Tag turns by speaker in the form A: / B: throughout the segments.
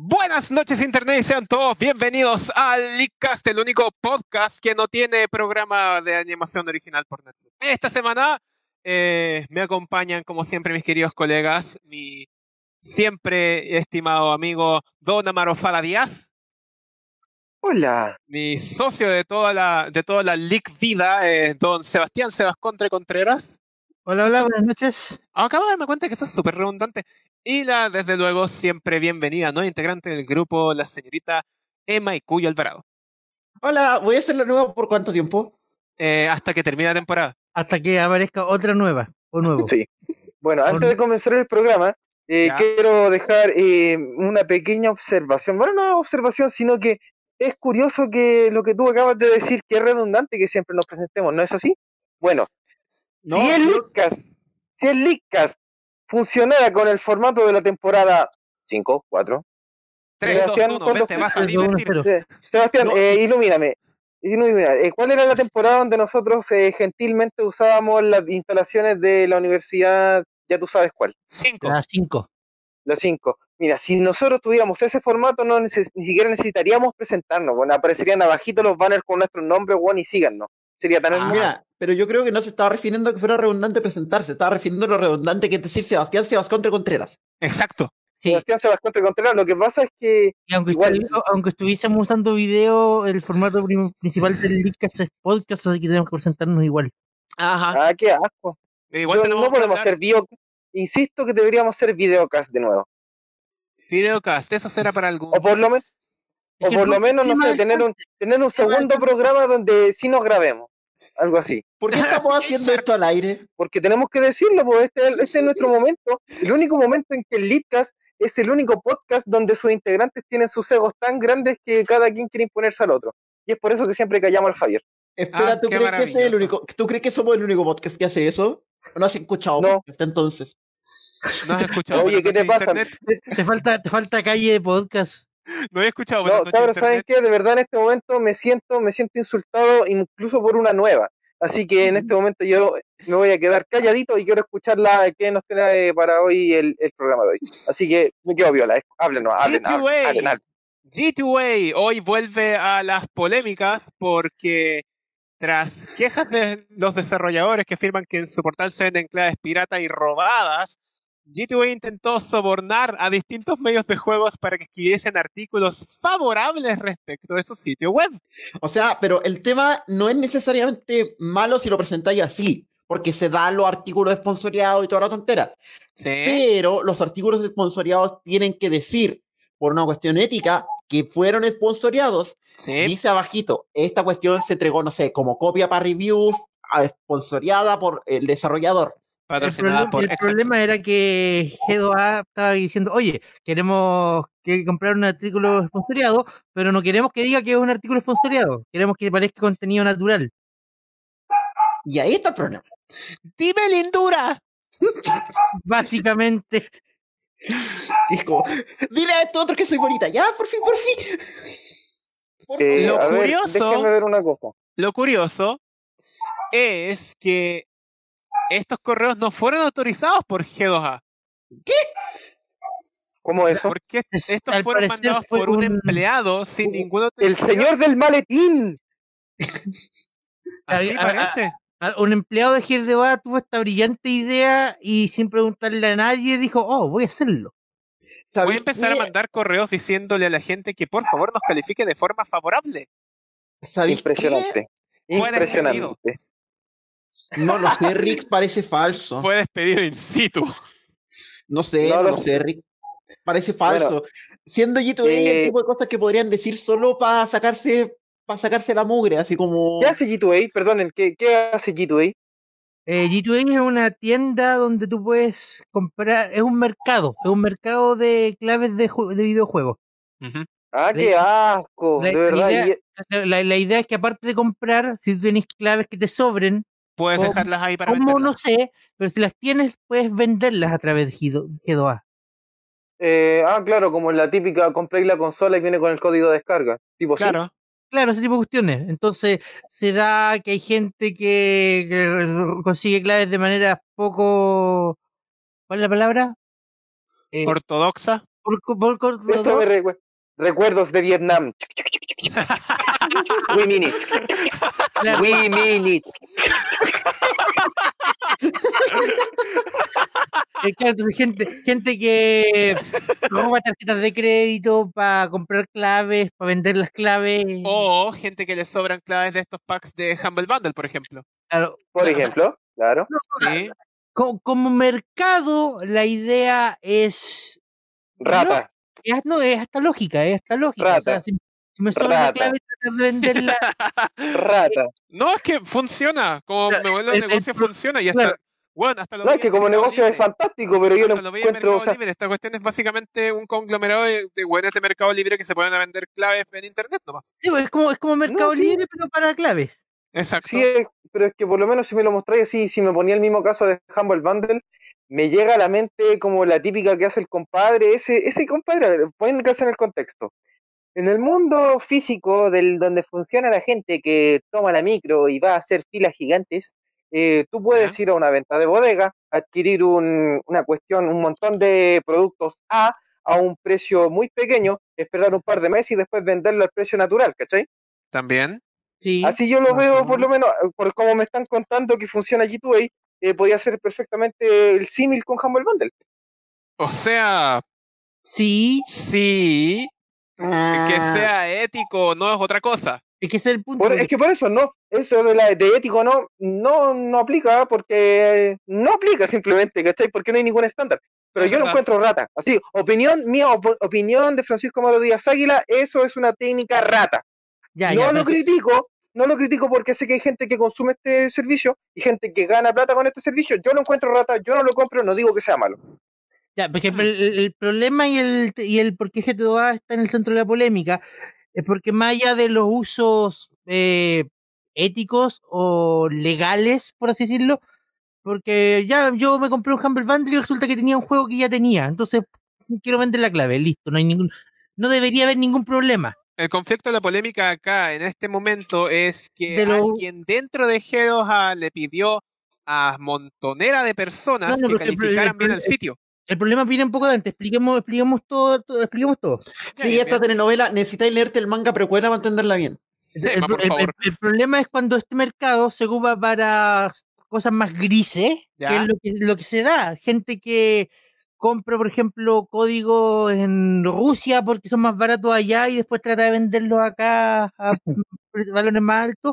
A: Buenas noches Internet y sean todos bienvenidos al Leakcast, el único podcast que no tiene programa de animación original por Netflix. Esta semana eh, me acompañan como siempre mis queridos colegas, mi siempre estimado amigo Don Amaro Fala Díaz,
B: Hola.
A: mi socio de toda la, de toda la Leak vida, eh, Don Sebastián Sebascontre Contreras.
C: Hola, hola, buenas noches.
A: Acabo de darme cuenta que eso es súper redundante. Y la, desde luego, siempre bienvenida, ¿no? Integrante del grupo, la señorita Emma y Cuyo Alvarado.
B: Hola, voy a hacerlo nuevo por cuánto tiempo.
A: Eh, hasta que termine la temporada.
C: Hasta que aparezca otra nueva o nuevo.
B: Sí. Bueno, antes de comenzar el programa, eh,
A: Ya.
B: quiero dejar eh, una pequeña observación. Bueno, no observación, sino que es curioso que lo que tú acabas de decir, que es redundante que siempre nos presentemos, ¿no es así? Bueno,
A: No,
B: si el
A: no.
B: Leakcast, si el Leakcast funcionara con el formato de la temporada 5, 4,
A: 3, 2,
B: Sebastián,
A: 1,
B: ¿cuántos
A: vete, vas a
C: puntos? Eso, uno,
A: divertir.
C: cero.
B: Sí. Sebastián,
A: No,
B: eh, ilumíname. Ilumina, eh, ¿Cuál era la temporada donde nosotros eh, gentilmente usábamos las instalaciones de la universidad? Ya tú sabes cuál,
A: 5.
C: Las 5.
B: la 5. Mira, si nosotros tuviéramos ese formato, no neces- ni siquiera necesitaríamos presentarnos. Bueno, aparecerían abajito los banners con nuestros nombres, bueno, y síganos. Sería tan
A: Ah.
B: hermoso.
D: Mira, pero yo creo que no se estaba refiriendo a que fuera redundante presentarse, estaba refiriendo a lo redundante que es decir Sebastián Sebasconte Contreras.
A: Exacto.
C: Sí,
B: Sebastián Sebastián Contreras, lo que pasa es que
C: y aunque,
B: igual.
C: estuvi- aunque estuviésemos usando video, el formato prim- principal del podcast es podcast, así que tenemos que presentarnos igual.
A: Ajá.
B: ah, qué asco.
A: Igual
B: Yo-
A: tenemos
B: no
A: que
B: podemos
A: hablar
B: hacer video. Insisto que deberíamos hacer videocast de nuevo.
A: videocast, eso será para algún.
B: O por lo menos,
C: Es
B: o
C: que
B: por
C: no-
B: lo menos no
C: tema
B: sé,
C: del
B: tener un tener un
C: tema del
B: segundo
C: cambio.
B: programa donde sí nos grabemos. Algo así.
D: ¿Por qué estamos haciendo esto al aire?
B: Porque tenemos que decirlo, porque este, es- este es nuestro momento. El único momento en que el Litcast es el único podcast donde sus integrantes tienen sus egos tan grandes que cada quien quiere imponerse al otro. Y es por eso que siempre callamos al Javier.
D: Espera,
A: Ah,
D: ¿tú
A: qué
D: crees que ese es el
A: maravilloso.
D: único, tú crees que somos el único podcast que hace eso? ¿O ¿No has escuchado
B: No.
D: podcast entonces?
A: No has escuchado.
B: Oye,
A: Buenas
B: ¿qué te
A: noches,
B: pasa?
A: Internet.
C: Te falta, te falta calle de podcast.
A: No había escuchado.
B: No,
A: Buenas noches,
B: cabros, ¿saben
A: Internet.
B: qué? De verdad en este momento me siento, me siento insultado incluso por una nueva. Así que en este momento yo me voy a quedar calladito y quiero escuchar la que nos trae para hoy el, el programa de hoy. Así que me quedo viola, eh. háblenos, hablen, hablen, hablen,
A: G2A.
B: hablen.
A: G2A hoy vuelve a las polémicas porque tras quejas de los desarrolladores que afirman que en su portal se venden claves piratas y robadas, G2A intentó sobornar a distintos medios de juegos para que escribiesen artículos favorables respecto de su sitio web.
D: O sea, pero el tema no es necesariamente malo si lo presentáis así, porque se dan los artículos esponsoreados y toda la tontera.
A: Sí.
D: pero los artículos esponsoreados tienen que decir, por una cuestión ética, que fueron esponsoreados.
A: Sí.
D: Dice abajito, esta cuestión se entregó, no sé, como copia para review, a- esponsoreada por el desarrollador.
C: El,
A: Patrocinada
C: problema-
A: por
C: el
A: Exacto.
C: problema era que G2A estaba diciendo, oye, queremos que comprar un artículo esponsoreado, pero no queremos que diga que es un artículo esponsoreado. Queremos que parezca contenido natural.
D: Y ahí está el problema.
A: Dime lindura.
C: Básicamente.
D: Es como, dile a estos otros que soy bonita. Ya, por fin, por fin. Por
B: Eh,
A: Lo
B: a ver,
A: curioso-
B: déjenme ver una cosa.
A: Lo curioso es que estos correos no fueron autorizados por G2A.
B: ¿Cómo eso?
A: Porque
C: Es-
A: estos
C: al
A: fueron
C: parecer
A: mandados
C: fue
A: por un
C: un-
A: empleado sin ninguna
B: El
A: autorización.
B: señor del maletín.
A: Así
C: A- a-
A: parece.
C: a- Ah, un empleado de GDBA tuvo esta brillante idea y sin preguntarle a nadie dijo, oh, voy a hacerlo.
A: Voy a
D: ¿Sabéis
A: empezar a
D: qué?
A: mandar correos diciéndole a la gente que por favor nos califique de forma favorable.
D: ¿Sabéis qué?
B: Impresionante.
A: Fue
B: Impresionante.
D: No lo sé, Rick, parece falso.
A: Fue despedido in situ.
D: No sé,
B: No
D: no
B: lo
D: lo sé, Rick. Parece falso. Siendo G2A
B: eh,
D: el tipo de cosas que podrían decir solo para sacarse, para sacarse la mugre, así como.
B: ¿Qué hace G2A? Perdonen, ¿qué, qué hace G2A?
C: Eh, G2A es una tienda donde tú puedes comprar, es un mercado, es un mercado de claves de, ju- de videojuegos.
B: Ah,
C: La-
B: qué asco,
C: la-
B: de
C: la
B: verdad.
C: idea-
B: y-
C: La, la- la idea es que aparte de comprar, si tú tienes claves que te sobren,
A: Puedes
C: ¿Cómo-
A: dejarlas ahí para
C: como no
A: venderlas.
C: sé, pero si las tienes, puedes venderlas a través de G2- G2A.
B: eh, ah, claro, como la típica, compré la consola y viene con el código de descarga. Tipo, sí.
A: Claro.
C: Claro, ese tipo de cuestiones. Entonces, se da que hay gente que, que r- consigue claves de manera poco. ¿Cuál es la palabra? Eh,
A: Ortodoxa.
C: por, por, por los
B: Eso
C: dos.
B: me recue- Recuerdos de Vietnam. We mean it.
C: Claro.
B: We mean it.
C: Eh, claro, entonces, gente, gente que roba tarjetas de crédito para comprar claves, para vender las claves.
A: O gente que le sobran claves de estos packs de Humble Bundle, por ejemplo.
C: Claro,
B: Por ejemplo, claro.
A: Sí.
C: co- como mercado, la idea es.
B: Rata.
C: es- no, es hasta lógica, es hasta lógica. O sea,
B: Rata.
C: si, si me sobra una
B: Rata.
C: clave, tratar de venderla.
B: Rata.
A: No, es que funciona. Como
C: Claro,
A: modelo de
C: el- el
A: negocio
C: pro-
A: funciona y hasta.
C: claro.
A: Bueno, hasta lo
B: No,
A: vi
B: es que
A: en
B: como
A: Mercado
B: negocio es
A: Libre.
B: fantástico, pero yo
A: Hasta
B: no
A: lo veía en
B: encuentro.
A: Mercado
B: O sea,
A: Libre. Esta cuestión es básicamente un conglomerado de, de hueones de Mercado Libre que se ponen a vender claves en Internet nomás.
C: Sí, pues, es como, es como Mercado
B: sí.
C: Libre, pero para claves.
A: Exacto.
B: sí, eh. es- pero es que por lo menos si me lo mostráis así, si me ponía el mismo caso de Humble Bundle, me llega a la mente como la típica que hace el compadre, ese, ese compadre, a ver, ponen casa en el contexto. En el mundo físico del donde funciona la gente que toma la micro y va a hacer filas gigantes, eh, tú puedes ir a una venta de bodega, adquirir un- una cuestión, un montón de productos A a un precio muy pequeño, esperar un par de meses y después venderlo al precio natural, ¿cachai?
A: También.
C: Sí.
B: Así yo lo veo, por
C: Ajá.
B: lo menos, eh, por como me están contando que funciona G2A, eh, podía ser perfectamente el símil con Humble Bundle.
A: O sea,
C: Sí,
A: sí, que
D: Ah,
A: sea ético no es otra cosa.
C: es que ese es el punto.
B: Por-
C: porque-
B: es que por eso no, eso de, la, de ético no, no, no aplica, porque eh, no aplica simplemente, ¿cachai? Porque no hay ningún estándar. Pero
A: Es
B: yo lo
A: verdad.
B: encuentro rata. Así, opinión mía, op- opinión de Francisco Maro Díaz Águila, eso es una técnica rata.
C: ya,
B: no
C: ya,
B: lo
C: pero-
B: critico, no lo critico porque sé que hay gente que consume este servicio y gente que gana plata con este servicio. Yo lo encuentro rata, yo no lo compro, no digo que sea malo.
C: Ya, porque el, el- el problema y el, y el por qué G2A está en el centro de la polémica es porque más allá de los usos eh, éticos o legales, por así decirlo, porque ya yo me compré un Humble Bundle y resulta que tenía un juego que ya tenía, entonces mm, quiero vender la clave, listo, no hay ningún, no debería haber ningún problema.
A: El conflicto, la polémica acá en este momento es que
C: De lo-
A: alguien dentro de G2A le pidió a montonera de personas
C: No, no,
A: que
C: pero es que el pro- el
A: calificaran bien
C: pro-
A: el sitio.
C: El problema viene un poco de antes, expliquemos, expliquemos todo, todo- expliquemos todo.
A: Ya, ya,
D: sí, esta
A: bien.
D: telenovela, necesitáis leerte el manga precuela para entenderla bien.
A: Sí,
C: el,
A: ma, por
C: el- el-
A: favor.
C: el problema es cuando este mercado se ocupa para cosas más grises,
A: Ya.
C: que es lo que, lo que se da. Gente que compra, por ejemplo, códigos en Rusia porque son más baratos allá y después trata de venderlos acá a pre- valores más altos.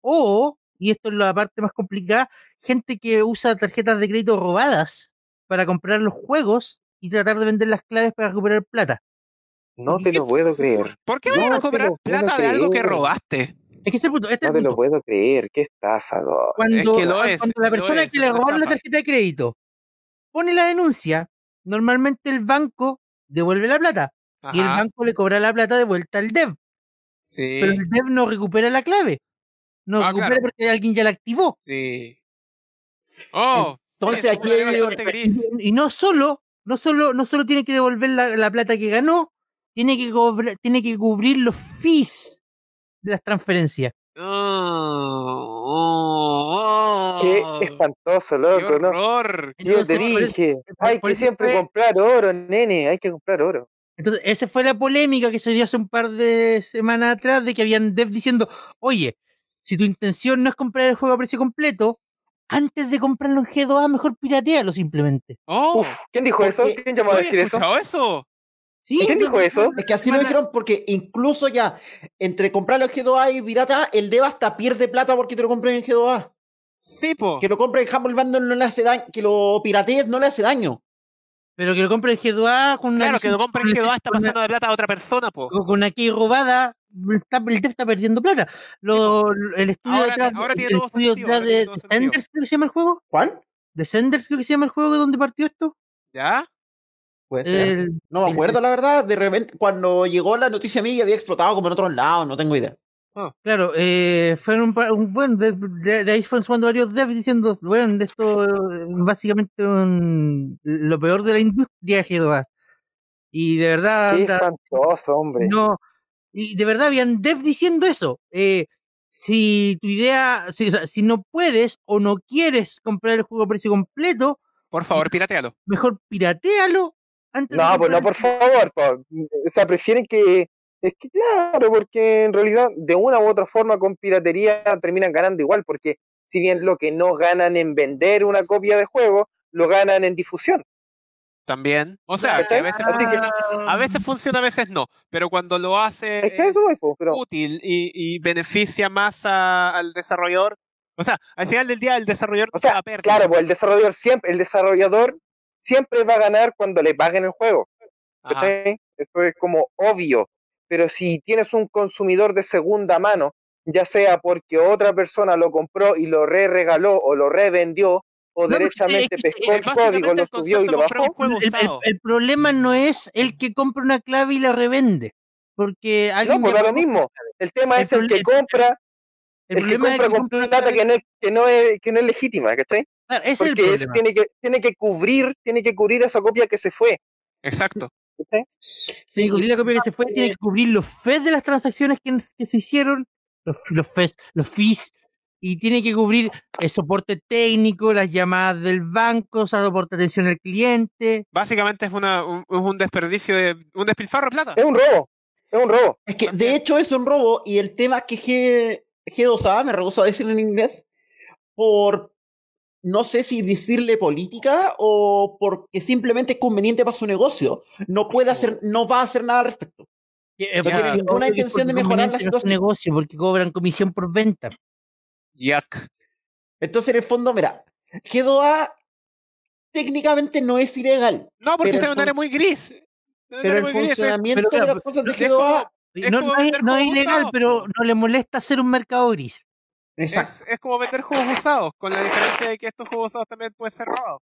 C: O, y esto es la parte más complicada, gente que usa tarjetas de crédito robadas para comprar los juegos y tratar de vender las claves para recuperar plata.
B: No
C: Porque
B: te lo puedo creer.
A: ¿Por qué
B: No,
A: van a
B: te
A: cobrar
B: lo puedo
A: plata de algo que
B: creer.
A: robaste?
C: Es que ese es el punto. Este
B: No
C: es
B: te
C: el
B: lo
C: punto.
B: puedo creer. Qué estafa, go.
C: cuando,
A: Es que lo
C: ah,
A: es,
C: cuando la
A: lo
C: persona
A: es,
C: que
A: es
C: le
A: una
C: robaron la
A: estafa.
C: tarjeta de crédito pone la denuncia, normalmente el banco devuelve la plata y el
A: Ajá,
C: banco le cobra la plata de vuelta al dev,
A: Sí,
C: pero el dev no recupera la clave. No
A: Ah,
C: recupera
A: claro.
C: porque alguien ya la activó.
A: sí. Oh,
D: Entonces
A: sí, es un
D: aquí
A: problema
D: hay-
A: bastante gris.
C: Y no solo, no solo, no solo tiene que devolver la, la plata que ganó, tiene que cobrar- tiene que cubrir los fees de las transferencias.
A: Oh,
B: Qué
A: oh,
B: espantoso,
A: qué
B: loco, ¿no?
A: horror.
B: Yo te
C: Entonces, por eso-
B: dije,
C: por-
B: hay
C: por
B: que
C: eso
B: siempre
C: fue-
B: comprar oro, nene, hay que comprar oro.
C: Entonces, esa fue la polémica que se dio hace un par de semanas atrás de que habían dev diciendo, oye, si tu intención no es comprar el juego a precio completo, antes de comprarlo en G2A, mejor piratealo simplemente.
A: Oh,
B: Uf, ¿quién dijo eso?
D: porque
B: ¿Quién llamó
A: ¿no
B: a
A: había
B: decir eso?
A: escuchado eso?
C: ¿Sí?
B: ¿Quién dijo eso?
D: Es que así lo dijeron porque incluso ya entre comprar los G2A y pirata, el Deva hasta pierde plata porque te lo compren en G2A.
A: Sí, po.
D: Que lo compren en Humble Bundle no le hace daño, que lo piratees no le hace daño.
C: Pero que lo compre en G2A con una,
A: Claro, que lo compren en G2A está
C: con una-
A: pasando de plata a otra persona, po.
C: con una key robada, está, el dev está perdiendo plata. Lo, el estudio
A: Ahora-
C: detrás-
A: ahora tiene
C: el
A: todo
C: estudio
A: sentido,
C: detrás
A: ahora tiene
C: de
A: todo
C: de
A: sentido.
C: Senders, creo que se llama el juego.
D: ¿Cuál?
C: De Senders, creo que se llama el juego de donde partió esto.
A: ¿Ya?
D: Puede ser.
C: El-
D: No me
C: el-
D: acuerdo, la verdad. De repente, cuando llegó la noticia a mí, ya había explotado como en otros lados, no tengo idea.
C: Claro, eh, fueron un, pa- un buen, de, de- de ahí fueron sumando varios devs diciendo, bueno, de esto eh, básicamente un- lo peor de la industria G2A. Y de verdad,
B: Qué
C: anda,
B: espantoso, hombre.
C: no, y de verdad habían devs diciendo eso. eh, si tu idea, si, o sea, si no puedes o no quieres comprar el juego a precio completo,
A: Por favor, piratealo.
C: mejor piratealo Antes de
B: No, pues no,
C: comprar-
B: por favor. po. O sea, prefieren que... Es que claro, porque en realidad de una u otra forma con piratería terminan ganando igual, porque si bien lo que no ganan en vender una copia de juego, lo ganan en difusión.
A: También. O sea, que a veces,
B: Así que-
A: funciona, a veces funciona, a veces no. Pero cuando lo hace
B: Es que a eso voy,
A: es
B: po, pero
A: útil y, y beneficia más a- al desarrollador. O sea, al final del día el desarrollador
B: O sea,
A: no va a perder.
B: claro, pues el desarrollador siempre, el desarrollador siempre va a ganar cuando le paguen el juego.
A: Ajá.
B: ¿cachai? Esto es como obvio. Pero si tienes un consumidor de segunda mano, ya sea porque otra persona lo compró y lo re regaló o lo revendió, o
C: porque
B: derechamente
C: es que-
B: pescó el
A: es básicamente
B: código, lo
A: el
B: subió y
A: concepto
B: lo
A: de comprar
B: bajó,
A: un juego
C: el, el-
A: usado.
C: el problema no es el que compra una clave y la revende. Porque
B: no,
C: alguien
B: pues
C: ya
B: da lo
C: pagó.
B: mismo. El tema
C: El
B: es el que
C: problema-
B: compra,
C: El,
B: el que
C: problema
B: compra
C: es que
B: con
C: compra una
B: plata
C: clave-
B: que no es, que no es, que no es legítima, ¿cachai?
C: Claro, ese es el
B: Porque eso
C: problema.
B: tiene que, tiene que cubrir, tiene que cubrir esa copia que se fue.
A: Exacto.
B: ¿cachai?
D: Sí,
C: cubrir la copia que se fue, tiene que cubrir los fees de las transacciones que, que se hicieron, los, los fees, los fees, y tiene que cubrir el soporte técnico, las llamadas del banco, o sea, soporte de atención al cliente.
A: Básicamente es, una, un, es un desperdicio, de, un despilfarro de plata.
B: Es un robo, es un robo.
D: Es que de hecho es un robo y el tema es que G, G2A, me rehuso a decirlo en inglés, por no sé si decirle política o porque simplemente es conveniente para su negocio. No puede hacer, no va a hacer nada al respecto.
C: Que, eh,
A: No
C: porque
A: tiene
D: ninguna
C: obvio que
D: intención de
C: es
D: mejorar la
C: conveniente para su
D: situación.
C: negocio porque cobran comisión por venta.
A: Yuck.
D: Entonces, en el fondo, mira, G2A técnicamente no es ilegal,
A: No, porque
D: Pero
A: está en un área
D: entonces-
A: muy gris. Está en un
D: pero
A: área
D: el
A: muy gris, es-
D: funcionamiento
C: pero
D: de
C: claro,
D: las cosas de
A: es
D: G2A.
A: Es
C: No,
A: como
C: no es,
A: vender
C: no es
A: juegos
C: ilegal,
A: usados,
C: pero
A: po.
C: no le molesta ser un mercado gris.
D: Exacto.
A: Es, es como vender juegos usados, con la diferencia de que estos juegos usados también pueden ser robados.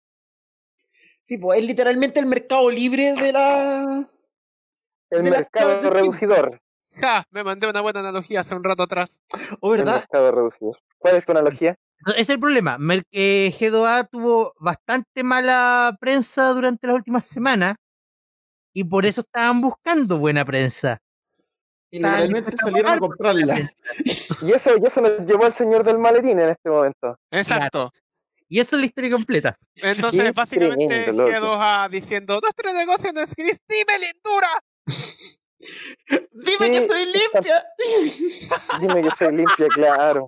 D: Sí, pues es literalmente el mercado libre de la.
B: El
D: De las
B: mercado
D: claves de
B: reducidor.
A: Ja, me mandé una buena analogía hace un rato atrás.
D: ¿O
B: El
D: verdad?
B: mercado reducidor. ¿Cuál es tu analogía?
C: Ese Es el problema. Mer- eh, G2A tuvo bastante mala prensa durante las últimas semanas y por eso estaban buscando buena prensa.
D: Y literalmente salieron a comprarla.
B: Y eso, y eso nos llevó al señor del maletín en este momento.
A: Exacto.
C: Y eso es la historia completa.
A: Entonces,
B: Qué
A: básicamente,
B: tremendo, loco.
A: G2A diciendo: Nuestro negocio no es gris, dime lindura.
D: Dime que
B: Sí,
D: soy limpia.
B: Dime que soy limpia, claro.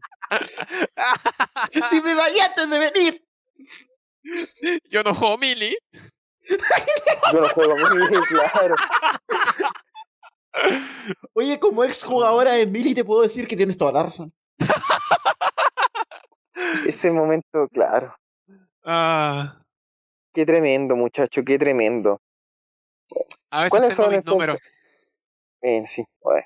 D: si me bañé antes de venir.
A: Yo no juego Mili.
B: Yo no juego muy bien, claro.
D: Oye, como ex jugadora de Mili, te puedo decir que tienes toda la razón.
B: Ese momento, claro.
A: Ah,
B: Qué tremendo, muchacho, qué tremendo.
A: a veces
B: ¿Cuáles
A: tengo
B: son
A: mis
B: entonces?
A: números.
B: Eh, sí, bueno.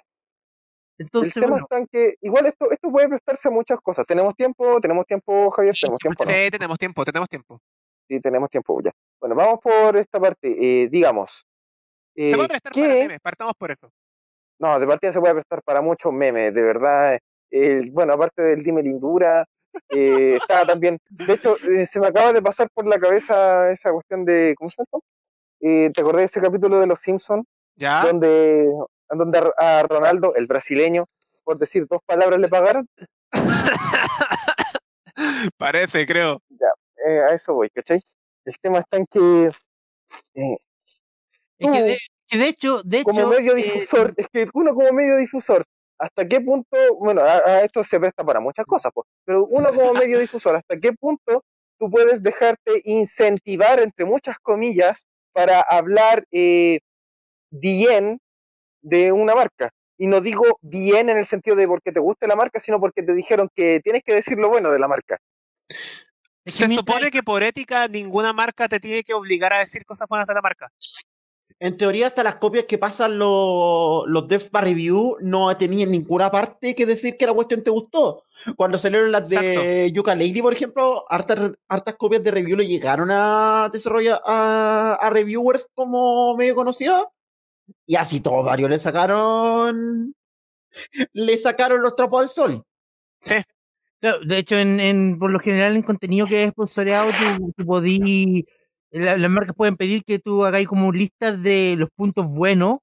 B: El
C: Entonces,
B: tema
C: bueno,
B: está en que igual esto, esto puede prestarse a muchas cosas. ¿Tenemos tiempo? ¿Tenemos tiempo, Javier? ¿Tenemos tiempo? No?
A: Sí, tenemos tiempo, tenemos tiempo.
B: Sí, tenemos tiempo ya. Bueno, vamos por esta parte. Eh, digamos.
A: Se
B: eh,
A: va a prestar
B: ¿qué-
A: para memes, partamos por eso.
B: No, de partida se puede prestar para muchos memes, de verdad. El- bueno, aparte del Dime Lindura, eh, estaba también. De hecho, eh, se me acaba de pasar por la cabeza esa cuestión de. ¿Cómo se llama? Eh, ¿Te acordás de ese capítulo de Los Simpsons?
A: Ya,
B: Donde, donde a a Ronaldo, el brasileño, por decir dos palabras le pagaron.
A: parece, creo.
B: Eh, a eso voy, ¿cachai? El tema está en que,
C: es que de, que de hecho, de
B: como
C: hecho,
B: medio
C: eh,
B: difusor, es que uno como medio difusor, ¿hasta qué punto? Bueno, a, a esto se presta para muchas cosas, pues, pero uno como medio difusor, ¿hasta qué punto tú puedes dejarte incentivar, entre muchas comillas, para hablar eh, bien de una marca? Y no digo bien en el sentido de porque te guste la marca, sino porque te dijeron que tienes que decir lo bueno de la marca.
C: es que
A: Se
C: mientras-
A: supone que por ética ninguna marca te tiene que obligar a decir cosas buenas de la marca.
D: En teoría, hasta las copias que pasan los, los devs para review no tenían ninguna parte que decir que la cuestión te gustó. Cuando salieron las de Yuka Lady, por ejemplo, hartas, hartas copias de review le llegaron a desarrollar a, a reviewers como medio conocidos. Y así todos varios le sacaron. Le sacaron los trapos al sol.
A: Sí,
C: Claro, de hecho, en, en- por lo general, en contenido que es sponsoreado, tú, tú podí- la- las marcas pueden pedir que tú hagáis como listas de los puntos buenos,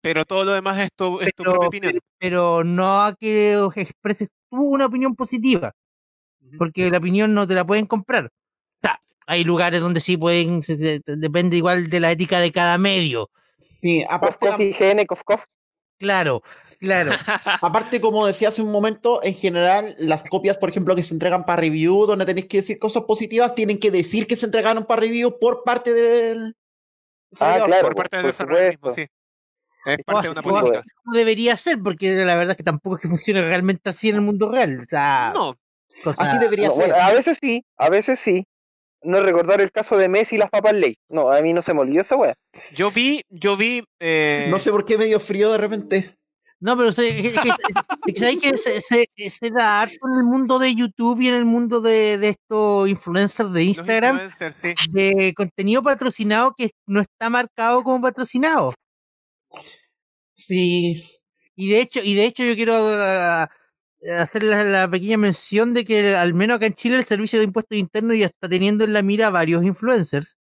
A: pero todo lo demás es tu, es tu
C: pero,
A: propia opinión.
C: pero no a que os expreses tú una opinión positiva, porque la opinión no te la pueden comprar. O sea, hay lugares donde sí pueden, se- se- depende igual de la ética de cada medio.
D: Sí,
B: Cof,
D: aparte,
B: cof, higiene, cof, cof.
C: Claro, claro.
D: aparte, como decía hace un momento, en general, las copias, por ejemplo, que se entregan para review, donde tenéis que decir cosas positivas, tienen que decir que se entregaron para review por parte del. desarrollador.
B: claro.
A: por parte del
B: por
A: desarrollo mismo,
B: supuesto.
A: sí. Es
C: O
A: parte
C: sea,
A: de una
C: sí,
A: política.
C: como debería ser, porque la verdad es que tampoco es que funcione realmente así en el mundo real. O sea,
A: No,
C: cosa-
D: Así debería
B: No,
D: ser.
B: Ah, bueno, a veces sí, a veces sí. No recordar el caso de Messi y las papas ley. No, a mí no se me olvidó esa wea.
A: yo vi, yo vi. eh,
D: No sé por qué medio frío de repente.
C: No, pero se, es que, es que ¿sabes qué? se, se- se da harto en el mundo de YouTube y en el mundo de, de estos influencers de
A: los
C: Instagram
A: influencers, sí.
C: de contenido patrocinado que no está marcado como patrocinado.
D: Sí,
C: Y de hecho, y de hecho yo quiero ah, hacer la, la pequeña mención de que al menos acá en Chile el servicio de impuestos internos ya está teniendo en la mira a varios influencers.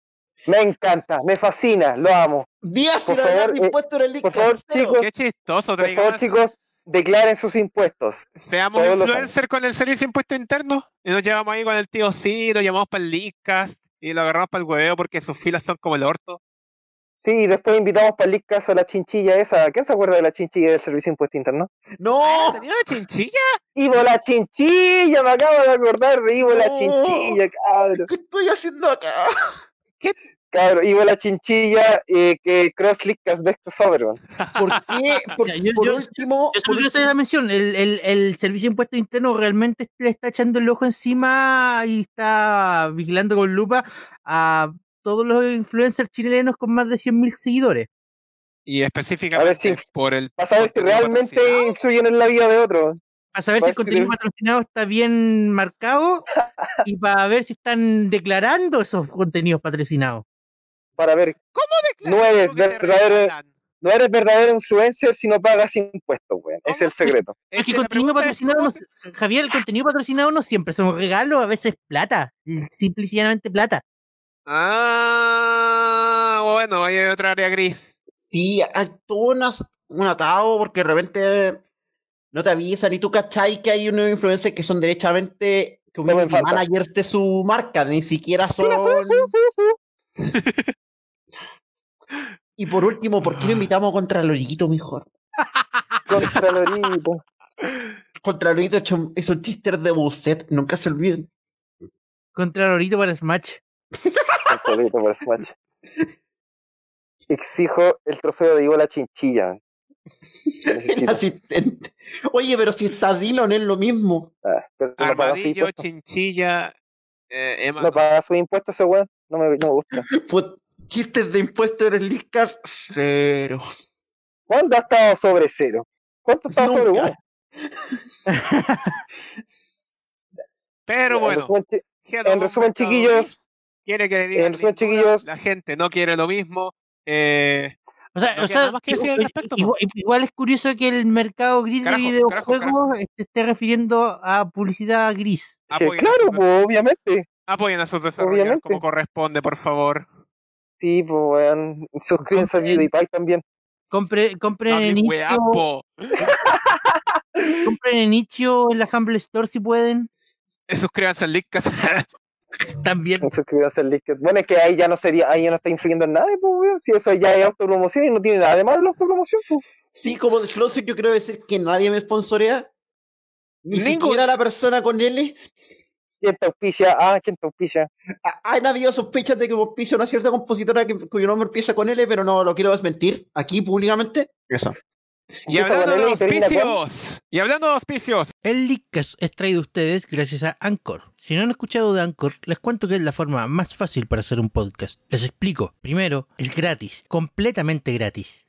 B: Me encanta, me fascina, lo amo.
D: Días sin
B: Por
D: hablar
B: favor,
D: de
B: eh,
D: impuestos en el link
B: por favor,
D: cero.
B: chicos.
A: Qué chistoso,
B: Por
A: traigamos
B: favor,
A: eso.
B: chicos, declaren sus impuestos.
A: Seamos
B: Todos los
A: influencer con el servicio de impuesto interno. Y nos llevamos ahí con el tío sí, lo llamamos para el Leadcast y lo agarramos para el hueveo porque sus filas son como el orto.
B: Sí, y después invitamos para el League Casa a la chinchilla esa. ¿Quién se acuerda de la chinchilla del Servicio de Impuesto Interno?
A: Ah,
B: ¡Oh!
D: No,
A: ¿Tenía una chinchilla?
B: ¡Ivo la chinchilla! Me acabo de acordar de Ivo la
A: Oh.
D: No.
B: chinchilla, cabrón.
D: ¿qué estoy haciendo acá?
B: Cabrón, Ivo la chinchilla eh, que Cross League Cast de estos Soberman.
D: ¿Por qué? Porque
C: Ya, yo-
D: por
C: yo-
D: último,
C: Yo solo
D: por
C: quiero hacer
D: último-
C: la mención, el, el, el servicio de impuestos internos realmente le está echando el ojo encima y está vigilando con lupa a todos los influencers chilenos con más de 100.000 seguidores.
A: Y específicamente
B: A ver si-
A: por el.
B: Para saber si
A: contenido
B: este, realmente
A: patrocinado.
B: influyen en la vida de otros.
C: Para saber
B: Para ver
C: si el
B: si
C: contenido
B: le-
C: patrocinado está bien marcado y para ver si están declarando esos contenidos patrocinados.
B: Para ver,
A: Claro,
B: no eres
A: algo que te
B: verdadero-
A: regalan.
B: no eres verdadero influencer si no pagas impuestos, weón. Es
A: ¿Cómo?
B: el secreto.
C: Es
A: Este,
C: que el
A: la
C: contenido
A: pregunta es
C: patrocinado,
A: cómo
C: no- Javier, el contenido patrocinado no siempre son regalos, a veces plata, simple y llanamente plata.
A: Ah, bueno, ahí hay otra área gris.
D: sí, hay todo unas- un atado porque de repente no te avisan y tú cachai que hay unos influencers que son derechamente community
B: falta.
D: managers de su marca, ni siquiera
B: Sí, sí,
D: son...
B: sí, sí, sí.
D: Y por último, ¿por qué
B: Ah.
D: no invitamos contra Lorito mejor?
B: Contra Lorito.
D: Contra Lorito es un- es un chiste de Buset, nunca se olviden.
C: Contra Lorito para Smash.
B: Contra Lorito por Smash. Exijo el trofeo de Ivo la chinchilla, weón.
D: El
B: Necesito.
D: asistente. Oye, pero si está Dylan es lo mismo.
B: Ah, pero no paga sus
A: Armadillo,
B: impuestos.
A: chinchilla, eh, Emma.
B: No paga sus impuestos ese weón. No me, no me gusta.
D: Fue chistes de impuestos en el Leadcast, cero.
B: ¿Cuándo ha estado sobre cero? ¿Cuánto ha estado sobre
D: Nunca.
B: uno?
A: Pero
B: En
A: bueno,
B: resumen, chi-
A: Hello,
B: en resumen,
A: Mercado
B: chiquillos,
A: Gris quiere que le digan
B: en resumen,
A: lindura,
B: chiquillos.
A: La gente no quiere lo mismo. Eh,
C: O sea,
A: No
C: o
A: queda
C: sea,
A: nada más que
C: i-
A: decir al
C: i-
A: respecto,
C: Igual, igual es curioso que el mercado gris
A: Carajo,
C: de
A: carajo,
C: videojuegos
A: carajo.
C: se esté refiriendo a publicidad gris.
B: Que
A: apoyen, a
B: claro,
A: sus, des-
B: pues, obviamente.
A: apoyen a sus desarrolladores
B: obviamente.
A: como corresponde, por favor.
B: Sí, pues, weón. Suscríbanse a
C: Compren.
B: PewDiePie también.
C: Compre,
A: No
C: compren, en
A: hablen weá,
C: Itch.io,
A: po.
C: compren en Itch.io, en la Humble Store si pueden.
A: Eh, Suscríbanse al Leadcast.
C: También.
B: Suscríbanse al Discord. Bueno, es que ahí ya no sería, ahí ya no está influyendo en nadie, pues, weón. Si eso ya es autopromoción y no tiene nada de malo la autopromoción, pues.
D: Sí, como desclosure, yo quiero decir que nadie me sponsorea. Ni
A: Ningún-
D: siquiera la persona con L.
B: ¿Quién te auspicia? Ah, ¿quién te auspicia?
D: Ha- Han habido sospechas de que auspicia una cierta compositora que, cuyo nombre empieza con L, pero no lo quiero desmentir aquí públicamente. Eso.
A: Y
B: Empieza con
A: hablando de
B: L y termina con-
A: auspicios. Y hablando de auspicios.
C: El Leadcast es traído a ustedes gracias a Anchor. Si no han escuchado de Anchor, les cuento que es la forma más fácil para hacer un podcast. Les explico. Primero, es gratis, completamente gratis.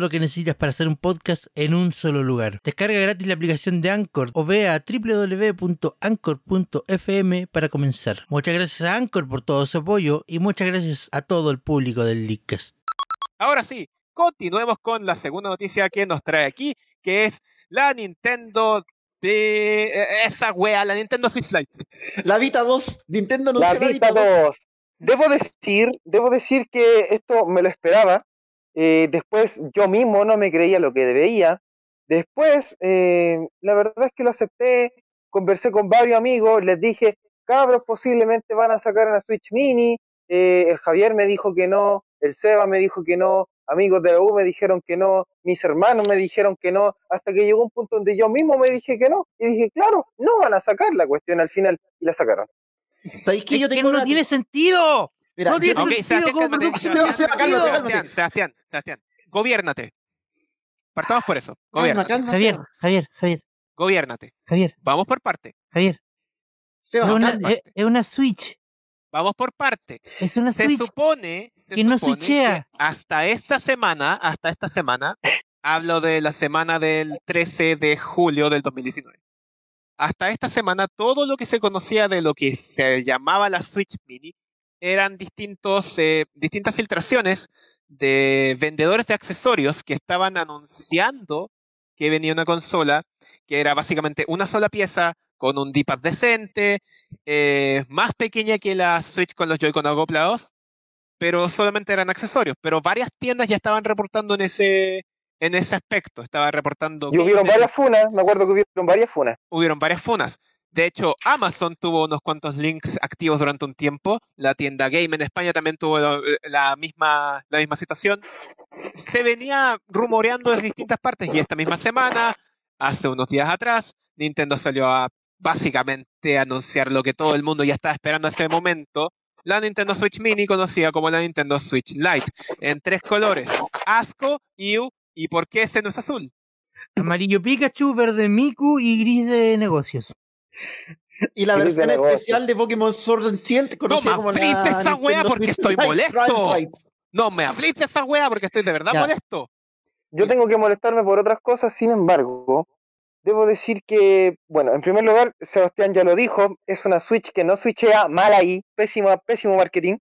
E: lo que necesitas para hacer un podcast en un solo lugar. Descarga gratis la aplicación de Anchor o ve a www.anchor.fm para comenzar. Muchas gracias a Anchor por todo su apoyo y muchas gracias a todo el público del Leadcast.
A: Ahora sí, continuemos con la segunda noticia que nos trae aquí, que es la Nintendo de eh, esa wea, la Nintendo Switch Lite.
D: La Vita 2, Nintendo no
B: la Vita 2. Debo decir, debo decir que esto me lo esperaba. Eh, después yo mismo no me creía lo que debía. Después, eh, la verdad es que lo acepté. Conversé con varios amigos, les dije, cabros, posiblemente van a sacar una Switch Mini. Eh, el Javier me dijo que no, el Seba me dijo que no, amigos de la U me dijeron que no, mis hermanos me dijeron que no, hasta que llegó un punto donde yo mismo me dije que no, y dije, claro, no van a sacar la cuestión al final, y la sacaron.
D: ¿Sabéis que yo
C: que
D: tengo
C: no
D: una-
C: tiene sentido.
D: Mira,
C: no
D: yo-
C: tiene
A: Ok,
C: sentido.
A: Sebastián,
C: ¿cómo
A: cálmate.
C: producción
A: Sebastián,
D: Seba,
A: Sebastián,
D: cálmate,
A: Sebastián,
D: cálmate.
A: Sebastián, Sebastián, gobiérnate. Partamos por eso.
D: Calma,
A: Gobiérnate.
D: calma,
C: Javier,
D: Seba.
C: Javier, Javier,
A: gobiérnate.
C: Javier,
A: Vamos por parte.
C: Javier.
D: Seba,
C: es, una,
D: calma.
C: es- es una Switch.
A: Vamos por parte.
C: Es una
A: se
C: Switch.
A: supone se
C: que no
A: supone
C: switchea.
A: que hasta esta semana, hasta esta semana, hablo de la semana del 13 de julio del 2019. Hasta esta semana todo lo que se conocía de lo que se llamaba la Switch Mini eran distintos, eh, distintas filtraciones de vendedores de accesorios que estaban anunciando que venía una consola que era básicamente una sola pieza con un D-pad decente, eh, más pequeña que la Switch con los Joy-Con acoplados, pero solamente eran accesorios. Pero varias tiendas ya estaban reportando en ese, en ese aspecto. Estaba reportando.
B: Y hubieron
A: Gamer,
B: varias funas, me acuerdo que hubieron varias funas.
A: hubieron varias funas. De hecho, Amazon tuvo unos cuantos links activos durante un tiempo. La tienda Game en España también tuvo eh, la misma, la misma situación. Se venía rumoreando de distintas partes y esta misma semana, hace unos días atrás, Nintendo salió a básicamente anunciar lo que todo el mundo ya estaba esperando hace momento. La Nintendo Switch Mini, conocida como la Nintendo Switch Lite, en tres colores: asco, iu y por qué ese no es azul.
C: Amarillo Pikachu, verde Miku y gris de negocios.
D: Y la
B: Feliz de
D: versión
B: negocio.
D: especial de Pokémon Sword and Shield, conocida
A: Toma,
D: como la.
A: piste esa
D: Nintendo
A: wea porque
D: Switch
A: estoy
D: Lite
A: molesto.
D: Translite.
A: No me hables de esa wea porque estoy de verdad
D: Ya.
A: molesto.
B: Yo tengo que molestarme por otras cosas, sin embargo, debo decir que, bueno, en primer lugar, Sebastián ya lo dijo, es una Switch que no switchea, mal ahí, pésimo, pésimo marketing.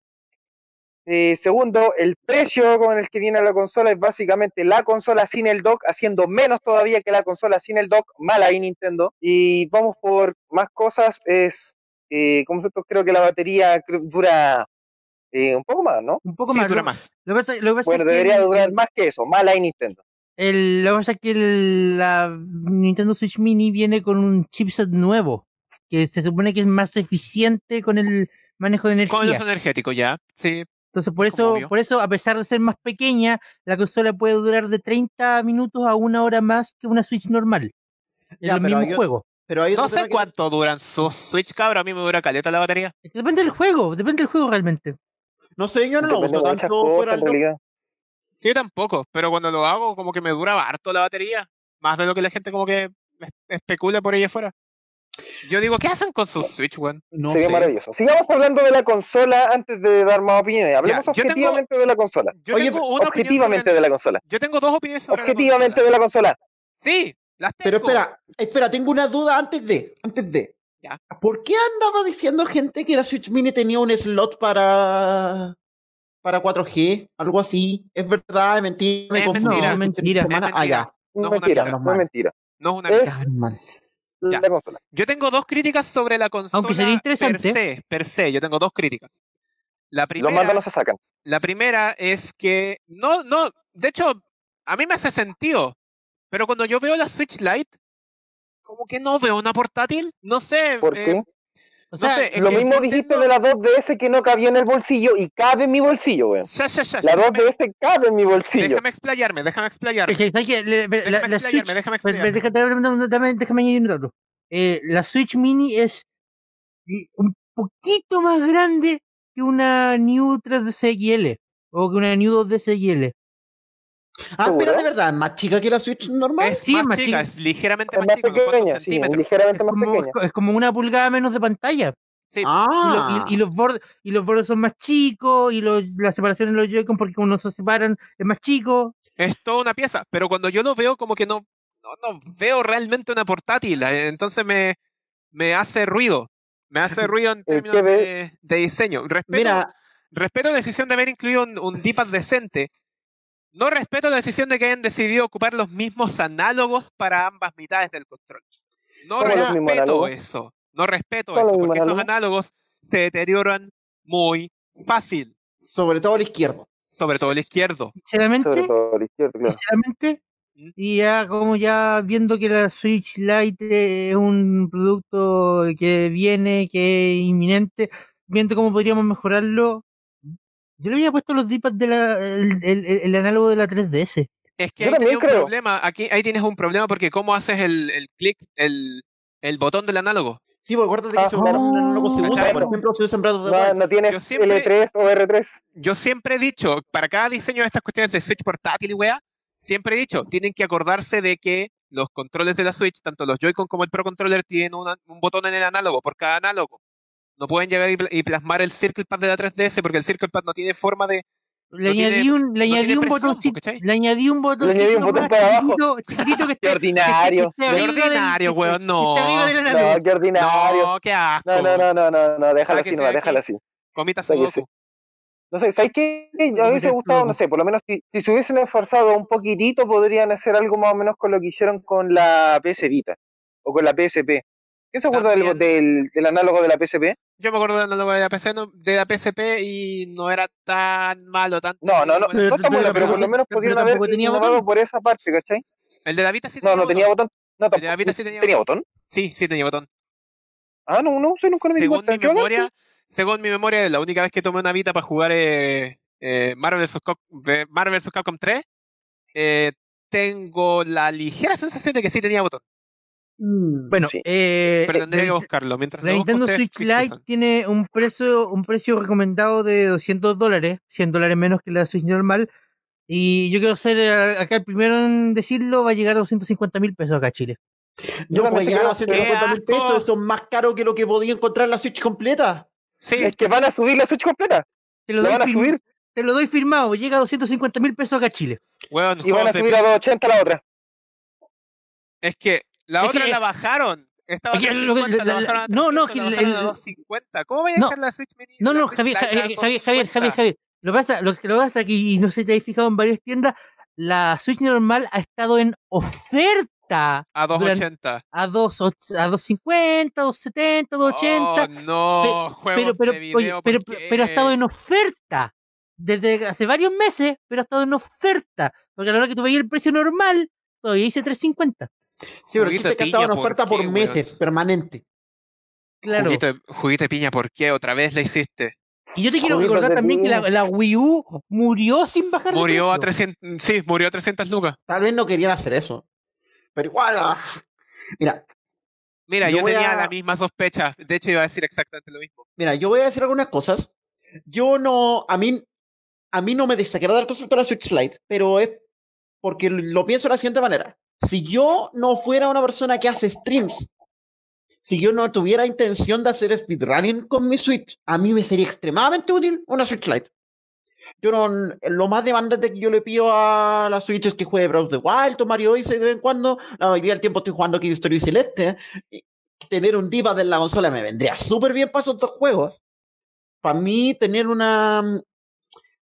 B: Eh, segundo, el precio con el que viene la consola es básicamente la consola sin el dock, haciendo menos todavía que la consola sin el dock, mal ahí Nintendo. Y vamos por más cosas, es, eh, como nosotros creo que la batería creo- dura eh, un poco más, ¿no?
C: Un poco
A: Sí,
C: más.
A: dura
C: lo-
A: más.
C: Lo que pasa, lo que pasa
B: Bueno,
C: es que
B: debería
C: el-
B: durar más que eso, mal ahí Nintendo.
C: el- lo que pasa es que el- la Nintendo Switch Mini viene con un chipset nuevo que se supone que es más eficiente con el manejo de
A: Con los
C: energía.
A: energéticos ya. Sí.
C: Entonces, por
A: como
C: eso,
A: obvio.
C: por eso, a pesar de ser más pequeña, la consola puede durar de 30 minutos a una hora más que una Switch normal. En
D: Ya,
C: los
D: pero
C: mismos
D: yo-
C: juegos.
D: Pero hay otro
A: No sé
D: tema que-
A: cuánto duran sus Switch, cabrón. A mí me dura caleta la batería.
C: Es que Depende del juego, depende del juego realmente.
D: No sé, yo no lo
B: Depende
D: uso
B: de muchas
D: tanto
B: cosas
D: fuera
B: en
D: del dock.
B: realidad.
A: Sí, tampoco. Pero cuando lo hago, como que me duraba harto la batería. Más de lo que la gente como que es- especula por ahí afuera. Yo digo, ¿qué hacen con sus Switch, weón?
D: No
B: Sería
D: sé.
B: maravilloso. Sigamos hablando de la consola antes de dar más opiniones. Hablemos
A: yo tengo-
B: objetivamente de la consola.
A: Yo
D: Oye,
A: tengo una opinión
B: Objetivamente
A: sobre
B: de la consola.
A: la- Yo tengo dos opiniones sobre la
B: Objetivamente
A: consola.
B: de la consola.
A: Sí, las tengo.
D: Pero espera, espera, tengo una duda antes de, antes de.
A: Ya.
D: ¿Por qué andaba diciendo gente que la Switch Mini tenía un slot para para 4G, algo así? ¿Es verdad? ¿Es mentira? ¿Me
A: Es
D: confundí?
A: mentira.
D: la
C: No,
D: cuestión
C: mentira.
D: de semana?
A: Es
D: Ah,
A: mentira.
D: ya.
A: No es una
B: mentira,
A: piedra.
B: no es mentira.
A: No es una
B: Es
D: Cabrón, mal.
A: Ya.
B: la consola.
A: Yo tengo dos críticas sobre la consola.
C: sería interesante.
A: Per se, per se, yo tengo dos críticas. La primera, eh,
B: Los mandos no se sacan.
A: la primera es que no, no, de hecho, a mí me hace sentido, pero cuando yo veo la Switch Lite, como que no veo una portátil, no sé.
B: ¿Por
A: eh,
B: qué?
C: O sea,
A: sé, es
B: Lo
A: que
B: mismo
A: Nintendo-
B: dijiste de la 2DS que no cabía en el bolsillo y cabe en mi bolsillo, weón.
A: Ya, ya, ya,
B: La
A: déjame,
B: 2DS cabe en mi bolsillo.
A: déjame explayarme, déjame
C: es
A: explayarme.
C: que, ¿sabes qué? Le- ve- la,
A: Déjame
C: la
A: explayarme,
C: Switch,
A: déjame
C: pues,
A: explayarme.
C: ve- déjame- déjame- déjame- déjame añadir un dato. Eh, la Switch Mini es y- un poquito más grande que una New 3DS XL o que una New 2DS XL.
D: Ah,
B: ¿Seguro?
D: pero de verdad, más chica que la Switch normal.
A: Es
C: sí,
A: más
C: es más
A: chica,
C: chica.
A: es ligeramente
B: Es
A: más,
B: más
A: chica, unos cuantos
B: pequeña, sí, es
A: centímetros.
B: ligeramente más
C: Como,
B: pequeña.
C: es como una pulgada menos de pantalla.
A: sí.
D: Ah,
C: Y, lo- y- y los bordes, y los bordes son más chicos, y los- la separación en los Joy-Con, porque cuando se separan, es más chico.
A: Es toda una pieza, pero cuando yo lo veo como que no, no, no veo realmente una portátil, eh, entonces me, me hace ruido. Me hace ruido en
B: ¿El
A: términos
B: Eh, qué ve?
A: de, de diseño. Respeto,
D: Mira,
A: respeto la decisión de haber incluido un, un D-pad decente. No respeto la decisión de que hayan decidido ocupar los mismos análogos para ambas mitades del control. No
B: ¿Cómo los mismos
A: respeto
B: análogos?
A: eso. No respeto
B: ¿Cómo los
A: eso,
B: mismos
A: porque esos
B: análogos?
A: análogos se deterioran muy fácil,
D: sobre todo el izquierdo.
A: sobre todo el izquierdo.
B: Sobre
C: Sinceramente,
B: todo el izquierdo, claro.
C: sinceramente,
A: ¿Mm?
C: y ya como ya viendo que la Switch Lite es un producto que viene, que es inminente, viendo cómo podríamos mejorarlo, yo le había puesto los D-pad de la, el, el- el- el análogo de la 3DS.
A: Es que
B: Yo
A: ahí
B: también
A: tienes un
B: creo.
A: problema, aquí, ahí tienes un problema porque cómo haces el, el clic, el, el botón del análogo.
D: Sí, porque acuérdate que
B: Ah,
D: se usa un análogo se
A: ah,
D: usa, por
B: claro.
D: ejemplo, se usa en Breath of the
B: No,
D: Wild.
B: no
A: Yo
B: tienes
A: siempre-
B: L3 o R3.
A: Yo siempre he dicho, para cada diseño de estas cuestiones de Switch portátil y wea, siempre he dicho, tienen que acordarse de que los controles de la Switch, tanto los Joy-Con como el Pro Controller, tienen una- un botón en el análogo, por cada análogo. No pueden llegar y, pl- y plasmar el Circle Pad de la 3DS porque el Circle Pad no tiene forma de...
C: Le
A: No tiene-
C: añadí un, le
A: no
C: añadí
A: tiene
C: un
A: presión,
C: botoncito,
A: ¿cachai?
C: le añadí un botoncito,
B: añadí un botón
C: más
B: para abajo.
C: chiquitito, chiquitito que esté-
B: Qué ordinario.
C: que esté
A: Qué
C: arriba del-
A: ordinario,
C: que-
A: weón,
C: que
A: no.
C: esté arriba del análogo.
B: No, qué ordinario.
A: No, qué asco.
B: No, no, no, no, no, no, déjalo
A: Sáquese
B: así, no,
A: de
B: déjalo
A: aquí.
B: así.
A: Comita
B: Sáquese.
A: Sudoku.
B: No sé, ¿sabes qué? A mí hubiese
C: Mira,
B: gustado,
C: Sudoku.
B: no sé, por lo menos si, si se hubiesen esforzado un poquitito, podrían hacer algo más o menos con lo que hicieron con la PS Vita o con la PSP. ¿Quién se acuerda del,
A: También-
B: del, del análogo de la PSP?
A: Yo me acuerdo del análogo de la, PC, no- de la PSP y no era tan malo, tan...
B: No, no, no,
A: terrible.
B: no está
C: pero
B: bueno, pero por lo
C: tampoco-
B: menos
C: pero
B: pudieron haber
C: tampoco tenía
B: innovado
C: botón.
B: por esa parte, ¿cachai?
A: El de la Vita sí
B: No, no tenía botón. No,
A: El de la
B: tampoco.
A: Vita sí tenía
B: ¿Tenía
A: botón.
B: botón?
A: Sí, sí tenía botón.
B: Ah, no, no, sé, nunca lo me di
A: según
B: cuenta.
A: mi
B: Qué bacán,
A: memoria, según mi memoria, la única vez que tomé una Vita para jugar eh, eh, Marvel, vs. Cop- ve- Marvel vs. Capcom 3, eh, tengo la ligera sensación de que sí tenía botón.
D: Mm.
C: Bueno,
B: Sí.
C: eh,
A: Pero
C: eh,
A: tendría que
C: la-
A: buscarlo. Mientras
C: La
A: lo busco,
C: Nintendo
A: ustedes
C: Switch Lite
A: discusan.
C: tiene un precio, un precio recomendado de 200 dólares, 100 dólares menos que la Switch normal. Y yo quiero ser eh, acá el primero en decirlo, va a llegar a 250 mil pesos acá a Chile.
B: Yo
D: No,
B: también
D: pues
B: te
D: llegar
B: creo
D: a 150 mil
A: que- ¡Qué asco!
D: pesos, eso es más caro que lo que podía encontrar en la Switch completa.
A: Sí,
B: Es que van a subir la Switch completa.
C: Te lo,
B: La van a
C: doy, fir-
B: subir
C: te lo doy firmado, llega a 250 mil pesos acá a Chile.
A: weón,
B: y van a
A: juegos de
B: subir a
A: pi-
B: 280 la otra.
A: Es que la
C: Es
A: otra
C: que-
A: la bajaron. Estaba
C: es que
A: a
C: lo que-
A: 350, la
C: la- la-
A: bajaron a
C: no, no,
A: 300,
C: que
A: la
C: el-
A: bajaron a
C: el-
A: 250. ¿Cómo voy a
C: No.
A: dejar la Switch mini?
C: No,
A: la
C: no,
A: Switch
C: Javier,
A: Lite a
C: Javier, Javier, Javier,
A: 250?
C: Javier, Javier. Lo pasa, lo, que- lo pasa que, y no sé si te has fijado en varias tiendas, la Switch normal ha estado en oferta
A: A
C: durante-
A: 280.
C: a 2, a 250, 270, 280.
A: Oh, no, juegos
C: pero, pero,
A: de
C: oye,
A: video.
C: pero,
A: ¿por
C: pero- pero ha estado
A: qué?
C: en oferta desde hace varios meses, pero ha estado en oferta. Porque a la hora que tú veías el precio normal, todavía hice 350.
D: Sí, pero el
A: Juguito
D: chiste
A: de
D: es que ha estado en
A: piña, ¿por
D: oferta por
A: qué, weón?
D: meses, permanente.
C: Claro.
A: Juguito, de, juguito de piña, ¿por qué? Otra vez la hiciste.
C: Y yo te quiero
B: Juguito
C: recordar
B: de
C: también que la,
B: piña.
C: la Wii U murió sin bajar de
A: Murió a
C: precio.
A: 300. Sí, murió a 300 lucas.
D: Tal vez no querían hacer eso. Pero igual. ah, Mira,
A: Mira,
D: Yo
A: yo,
D: voy
A: tenía
D: a-
A: la misma sospecha. De hecho, iba a decir exactamente lo mismo.
D: mira, yo voy a decir algunas cosas. Yo no. A mí, a mí no me desagrada el concepto de la Switch Lite, pero es porque lo pienso de la siguiente manera. Si yo no fuera una persona que hace streams, si yo no tuviera intención de hacer speedrunning con mi Switch, a mí me sería extremadamente útil una Switch Lite. Yo no, lo más demandante que yo le pido a la Switch es que juegue Breath of the Wild o Mario Odyssey de vez en cuando. La mayoría del tiempo estoy jugando Key Story Celeste. Y tener un diva de la consola me vendría súper bien para esos dos juegos. Para mí, tener una, mm,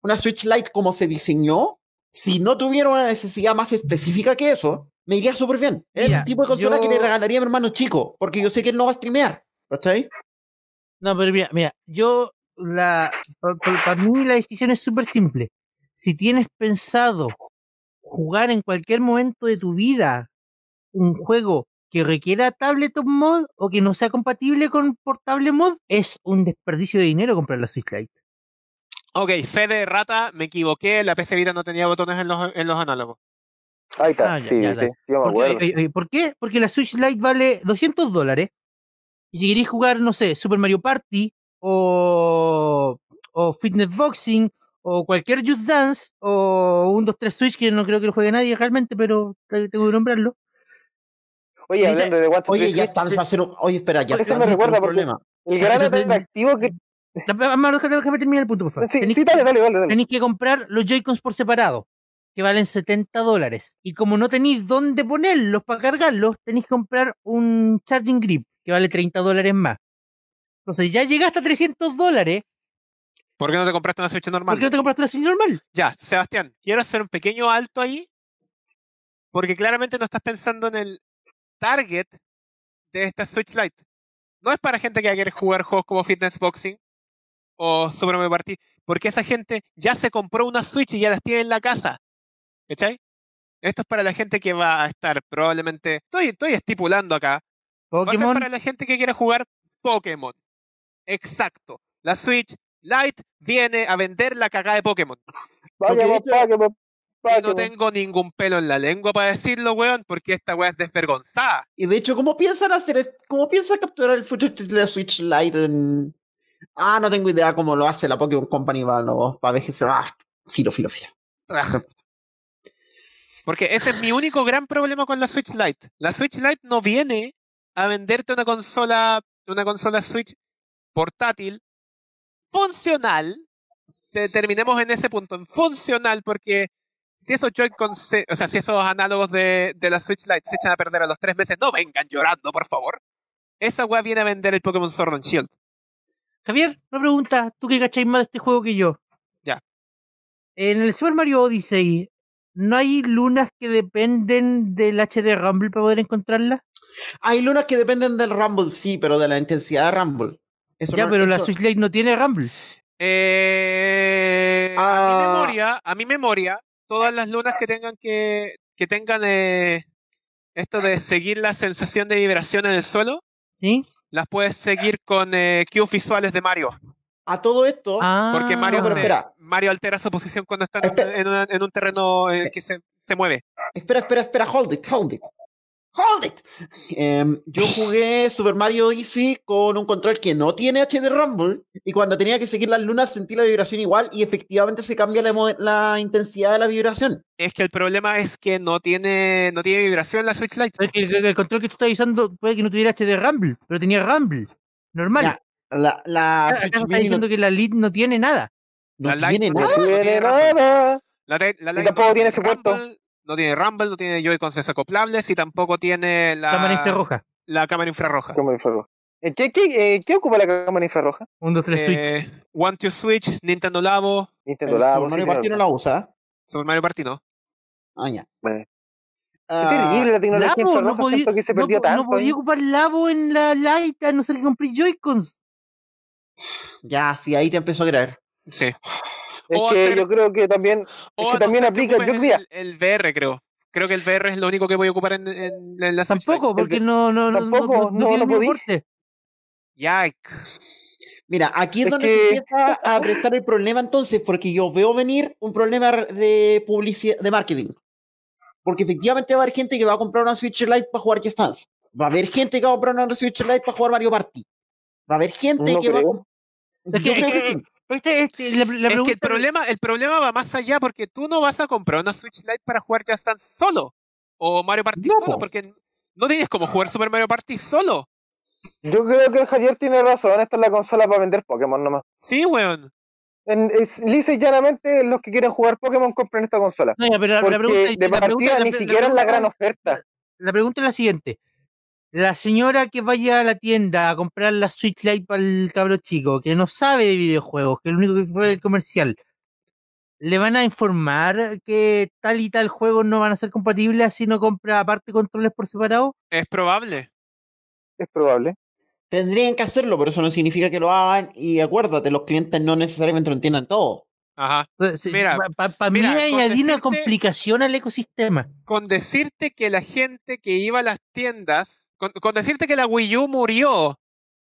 D: una Switch Lite como se diseñó, si no tuviera una necesidad más específica que eso, me iría súper bien. Es
C: Mira,
D: el tipo de consola que le
C: yo-
D: regalaría a mi hermano chico, porque yo sé que él no va a streamear. ¿Cachai?
C: No, pero mira, mira, yo, la, para, mí la decisión es súper simple. Si tienes pensado jugar en cualquier momento de tu vida un juego que requiera tabletop mod o que no sea compatible con portable mod, es un desperdicio de dinero comprar la Switch Lite.
A: Ok, fe de rata, me equivoqué. La PC Vita no tenía botones en los, en los análogos.
B: Ahí está,
C: Ah, ya,
B: sí,
C: ya,
B: sí,
C: dale.
B: yo me
C: Porque, eh,
B: acuerdo.
C: oye, oye, ¿Por qué? Porque la Switch Lite vale 200 dólares. Y si queréis jugar, no sé, Super Mario Party o, o Fitness Boxing o cualquier Just Dance, o un 2-3 Switch, que no creo que lo juegue nadie realmente, pero tengo que nombrarlo.
B: Oye, hablando de One to
D: Oye,
B: Three
D: ya
B: Switch,
D: están, va a ser un- Oye, espera, ya
B: Porque se me
D: están. va a ser
B: recuerda
D: un
B: porque-
D: problema.
B: El gran atractivo que.
C: La- Amaro, déjame, déjame terminar el punto, por favor.
B: Sí,
C: Tenéis
B: sí,
C: que-
B: dale, dale, dale. dale.
C: tenéis que comprar los Joy-Cons por separado, que valen 70 dólares. Y como no tenéis dónde ponerlos para cargarlos, tenéis que comprar un Charging Grip, que vale 30 dólares más. Entonces ya llegaste a 300 dólares,
A: ¿Por qué no te compraste una Switch normal?
C: ¿por qué no te compraste una Switch normal?
A: Ya, Sebastián, quiero hacer un pequeño alto ahí, porque claramente no estás pensando en el target de esta Switch Lite. No es para gente que quiere jugar juegos como Fitness Boxing o Super Mario Party, porque esa gente ya se compró una Switch y ya las tiene en la casa. ¿Cachai? Esto es para la gente que va a estar probablemente. Estoy, estoy estipulando acá. Va a ser
C: Pokémon,
A: para la gente que quiera jugar Pokémon. Exacto. La Switch Lite viene a vender la cagada de Pokémon.
B: Vaya,
D: Porque
B: papá, que papá,
A: Y
B: que-
A: no tengo ningún pelo en la lengua para decirlo, weón, porque esta weá es desvergonzada.
D: Y de hecho, ¿cómo piensan hacer es- ¿Cómo piensan capturar el footage de la Switch Lite en- Ah, no tengo idea cómo lo hace la Pokémon Company para, no, para envejecer. Ah, filo, filo, filo.
A: Porque ese es mi único gran problema con la Switch Lite. La Switch Lite no viene a venderte una consola, una consola Switch portátil, funcional. Te- Terminemos en ese punto, en funcional, porque si esos Joy-Cons, se- o sea, si esos análogos de, de la Switch Lite se echan a perder a los tres meses, no vengan llorando, por favor. Esa weá viene a vender el Pokémon Sword and Shield.
C: Javier, una pregunta, tú que cacháis más de este juego que yo.
A: Ya.
C: En el Super Mario Odyssey, ¿no hay lunas que dependen del HD Rumble para poder encontrarlas?
D: Hay lunas que dependen del Rumble, sí, pero de la intensidad de Rumble. Eso
C: Ya,
D: no-
C: pero la
D: eso-
C: Switch Lite no tiene Rumble.
A: Eh,
D: Ah.
A: A mi memoria, a mi memoria, todas las lunas que tengan que que tengan eh, esto de seguir la sensación de vibración en el suelo,
C: ¿Sí?
A: las puedes seguir con eh, cues visuales de Mario,
D: A todo esto.
A: porque
C: Ah.
A: Mario
D: pero
A: se-
D: espera.
A: Mario altera su posición cuando está en,
D: Espera.
A: en una- en un terreno en el que se, se mueve.
D: Espera, espera, espera, hold it, hold it. Hold it. Em, yo jugué Super Mario Easy con un control que no tiene HD Rumble y cuando tenía que seguir las lunas sentí la vibración igual y efectivamente se cambia la, emo- la intensidad de la vibración.
A: Es que el problema es que no tiene no tiene vibración la Switch Lite.
C: Puede que el, el control que tú estás usando puede que no tuviera HD Rumble, pero tenía Rumble. Normal.
D: Ya, La, la
C: Ah, Acá
D: Switch
C: estás
D: Mini no,
C: diciendo que la Lite no tiene nada.
D: no
A: la Lite
D: tiene
A: no
D: nada.
B: No tiene
A: tiene Rumble.
B: nada.
A: La te- la Lite
B: tampoco tiene ese puerto.
A: Rumble, No tiene Rumble, no tiene Joy-Cons desacoplables y tampoco tiene la
C: Cámara infrarroja.
A: la cámara infrarroja.
B: Cámara infrarroja. Eh, ¿Qué, qué, eh, ¿Qué ocupa la cámara infrarroja?
C: Un, dos, tres, Switch.
A: eh, One to Switch, Nintendo Labo,
D: El
B: Nintendo Labo,
D: Super Mario
B: sí,
D: Party no
B: claro.
D: la usa.
A: Super Mario Party, ¿no?
D: Ah, ya.
B: Bueno. Qué
D: Ah,
B: terrible la tecnología
C: Labo, no
B: infrarroja,
C: podía,
B: siento que se
C: no
B: perdió
C: po- no
B: tanto.
C: podía
B: ¿eh?
C: ocupar Labo en la Lite a no ser que compré Joy-Cons.
D: ya, sí, ahí te empezó a creer.
A: Sí.
B: Es
A: O
B: que
A: hacer-
B: yo creo que también,
A: a
B: es que
A: Oh, no
B: también
A: ser
B: aplica, yo
A: ocupes
B: creía,
A: el, el VR, creo. Creo que el VR es lo único que voy a ocupar en, en- en la Switch
C: Tampoco,
A: Lite.
C: porque no, no, no, no-
B: Tampoco,
C: no, no
B: no,
C: tiene
B: no
C: el mismo
B: podí.
C: porte.
A: Yike.
D: Mira, aquí es
B: Es
D: donde
B: que-
D: se empieza a prestar el problema entonces, porque yo veo venir un problema de publicidad, de marketing. Porque efectivamente va a haber gente que va a comprar una Switch Lite para jugar Just Dance. Va a haber gente que va a comprar una Switch Lite para jugar Mario Party. Va a haber gente
B: No
D: que va a...
B: creo.
D: Yo
C: Es que-
D: creo que
C: es que-
D: sí.
C: Este, este, la, la
A: Es que el
C: pregunta-
A: problema, el problema va más allá porque tú no vas a comprar una Switch Lite para jugar Just Dance solo. O Mario Party
D: No,
A: solo,
D: po.
A: porque no tienes como jugar Super Mario Party solo.
B: yo creo que el Javier tiene razón, esta es la consola para vender Pokémon nomás.
A: Sí, weón.
B: En, es, lisa y llanamente, los que quieren jugar Pokémon compren esta consola.
C: No, ya, pero la- la,
B: Porque
C: pregunta,
B: de
C: la pregunta-
B: partida
C: la
B: ni
C: pre-
B: siquiera es la gran oferta.
C: la pregunta es la siguiente. La señora que vaya a la tienda a comprar la Switch Lite para el cabro chico, que no sabe de videojuegos, que lo único que fue el comercial, ¿le van a informar que tal y tal juego no van a ser compatibles si no compra aparte controles por separado?
A: Es probable.
B: Es probable.
D: Tendrían que hacerlo, pero eso no significa que lo hagan. Y acuérdate, los clientes no necesariamente lo entienden todo.
A: Ajá. Mira,
C: para mí
A: mira,
C: le
A: con
C: añadí una
A: decirte-
C: complicación al ecosistema.
A: con decirte que la gente que iba a las tiendas, con, con decirte que la Wii U murió,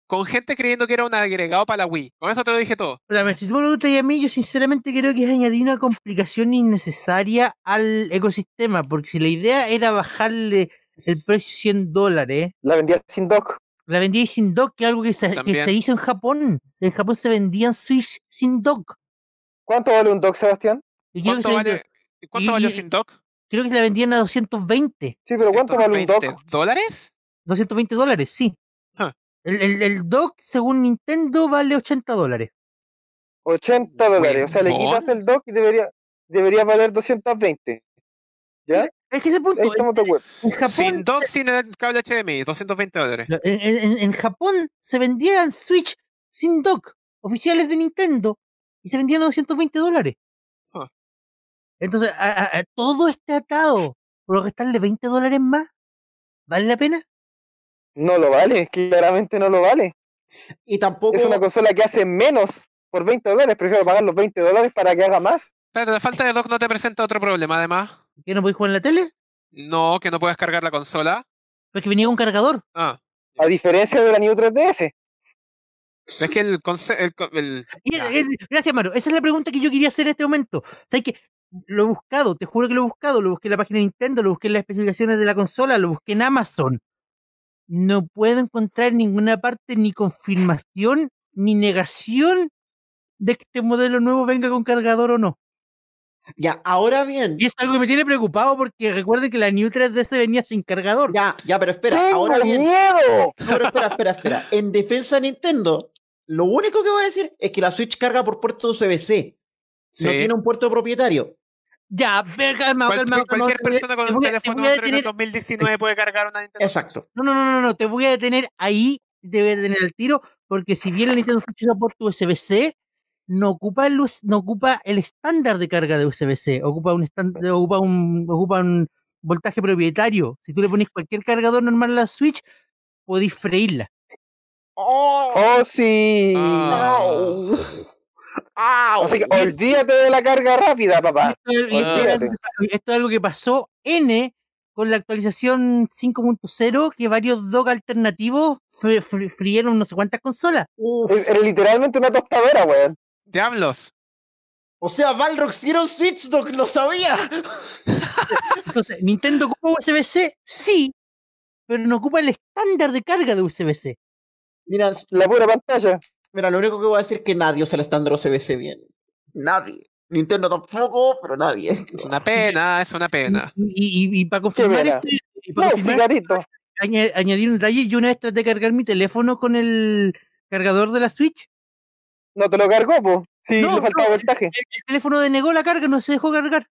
A: con gente creyendo que era un agregado para la Wii. Con eso te lo dije todo.
C: O sea, si tú me preguntas y a mí, yo sinceramente creo que es añadir una complicación innecesaria al ecosistema, porque si la idea era bajarle el precio 100 dólares,
B: La vendía sin dock.
C: La vendía sin dock, que es algo que se, que
A: También.
C: se hizo en Japón. En Japón se vendían Switch sin dock.
B: ¿Cuánto vale un doc, Sebastián?
E: Y creo, que
A: ¿Cuánto
E: se vendió-
A: vale, cuánto
E: y-
A: valió
E: y-
A: sin doc?
E: creo que se la vendían a 220.
B: Sí, pero ¿cuánto vale un doc?
A: ¿120 dólares?
E: 220 dólares, sí.
A: Ah.
E: El, el, el dock, según Nintendo, vale 80 dólares.
B: 80 dólares. O sea, le
A: Huevón.
B: quitas el doc y debería, debería valer 220. ¿Ya?
E: Es que ese punto,
B: Ahí estamos de acuerdo.
E: en, en Japón,
A: Sin doc, sin el cable HDMI, 220 dólares.
E: en, en- en Japón se vendían Switch sin dock, oficiales de Nintendo, y se vendían a 220 dólares.
A: Ah.
E: Entonces, a- a- a todo este atado, por restarle 20 dólares más, ¿vale la pena?
B: No lo vale, claramente no lo vale.
D: Y tampoco.
B: Es una consola que hace menos por 20 dólares. Prefiero pagar los 20 dólares para que haga más.
A: Claro, la falta de doc no te presenta otro problema, además.
E: ¿Que no podéis jugar en la tele?
A: No, que no puedes cargar la consola.
E: Porque venía un cargador.
A: Ah,
B: A diferencia de la New 3DS.
A: es que el, conce- el co- el-
E: Y-
A: Ya.
E: eh, gracias, Maro. Esa es la pregunta que yo quería hacer en este momento. ¿Sabes que Lo he buscado, te juro que lo he buscado. Lo busqué en la página de Nintendo, lo busqué en las especificaciones de la consola, lo busqué en Amazon. No puedo encontrar en ninguna parte ni confirmación ni negación de que este modelo nuevo venga con cargador o no.
D: Ya, ahora bien.
E: Y es algo que me tiene preocupado porque recuerden que la New 3DS venía sin cargador.
D: Ya, ya, pero espera,
B: ¡Tengo
D: ahora bien.
B: miedo!
D: No, pero espera, espera, espera. En defensa de Nintendo, lo único que voy a decir es que la Switch carga por puerto USB-C.
A: Sí.
D: No tiene un puerto propietario.
E: Ya, ve, calma,
A: Cual-
E: calma. calma,
A: cualquier
E: te voy a-
A: persona con
E: te
A: un
E: voy a- te
A: teléfono
E: voy a
A: Android del
E: detener-
A: 2019 puede cargar una Nintendo.
D: Exacto.
E: No, no, no, no, no, te voy a detener ahí, te voy a detener al tiro, porque si bien la Nintendo Switch usa puerto USB-C, no ocupa el, US no ocupa el estándar de carga de USB-C, ocupa un estándar, ocupa un, ocupa un voltaje propietario. Si tú le pones cualquier cargador normal a la Switch, podéis freírla.
B: ¡Oh, sí!
A: Ah.
D: Au. Au.
B: Así que olvídate de la carga rápida, papá.
E: Y esto, es algo
B: Ah, Olvídate.
E: que pa- esto es algo que pasó N con la actualización 5.0, que varios dock alternativos fri- fri- frieron no sé cuántas consolas.
D: Uf.
B: Es, es literalmente una tostadora, weón.
A: Diablos.
D: O sea, Balrog sí era un Switch Dock, lo sabía.
E: Entonces, ¿Nintendo ocupa USB-C? Sí, pero no ocupa el estándar de carga de USB-C.
D: Mira,
B: La pura pantalla.
D: mira, lo único que voy a decir es que nadie usa el estándar USB-C bien. Nadie. Nintendo tampoco, pero nadie.
A: Es una pena, es una pena.
E: Y, y- y para confirmar,
B: verá.
E: esto, este, y para
B: No,
E: confirmar,
B: cigarrito.
E: aña- añadir un detalle, yo una vez traté de cargar mi teléfono con el cargador de la Switch,
B: No te lo cargó, po. Sí,
E: No,
B: le faltaba
E: no.
B: voltaje.
E: el teléfono denegó la carga, no se dejó cargar.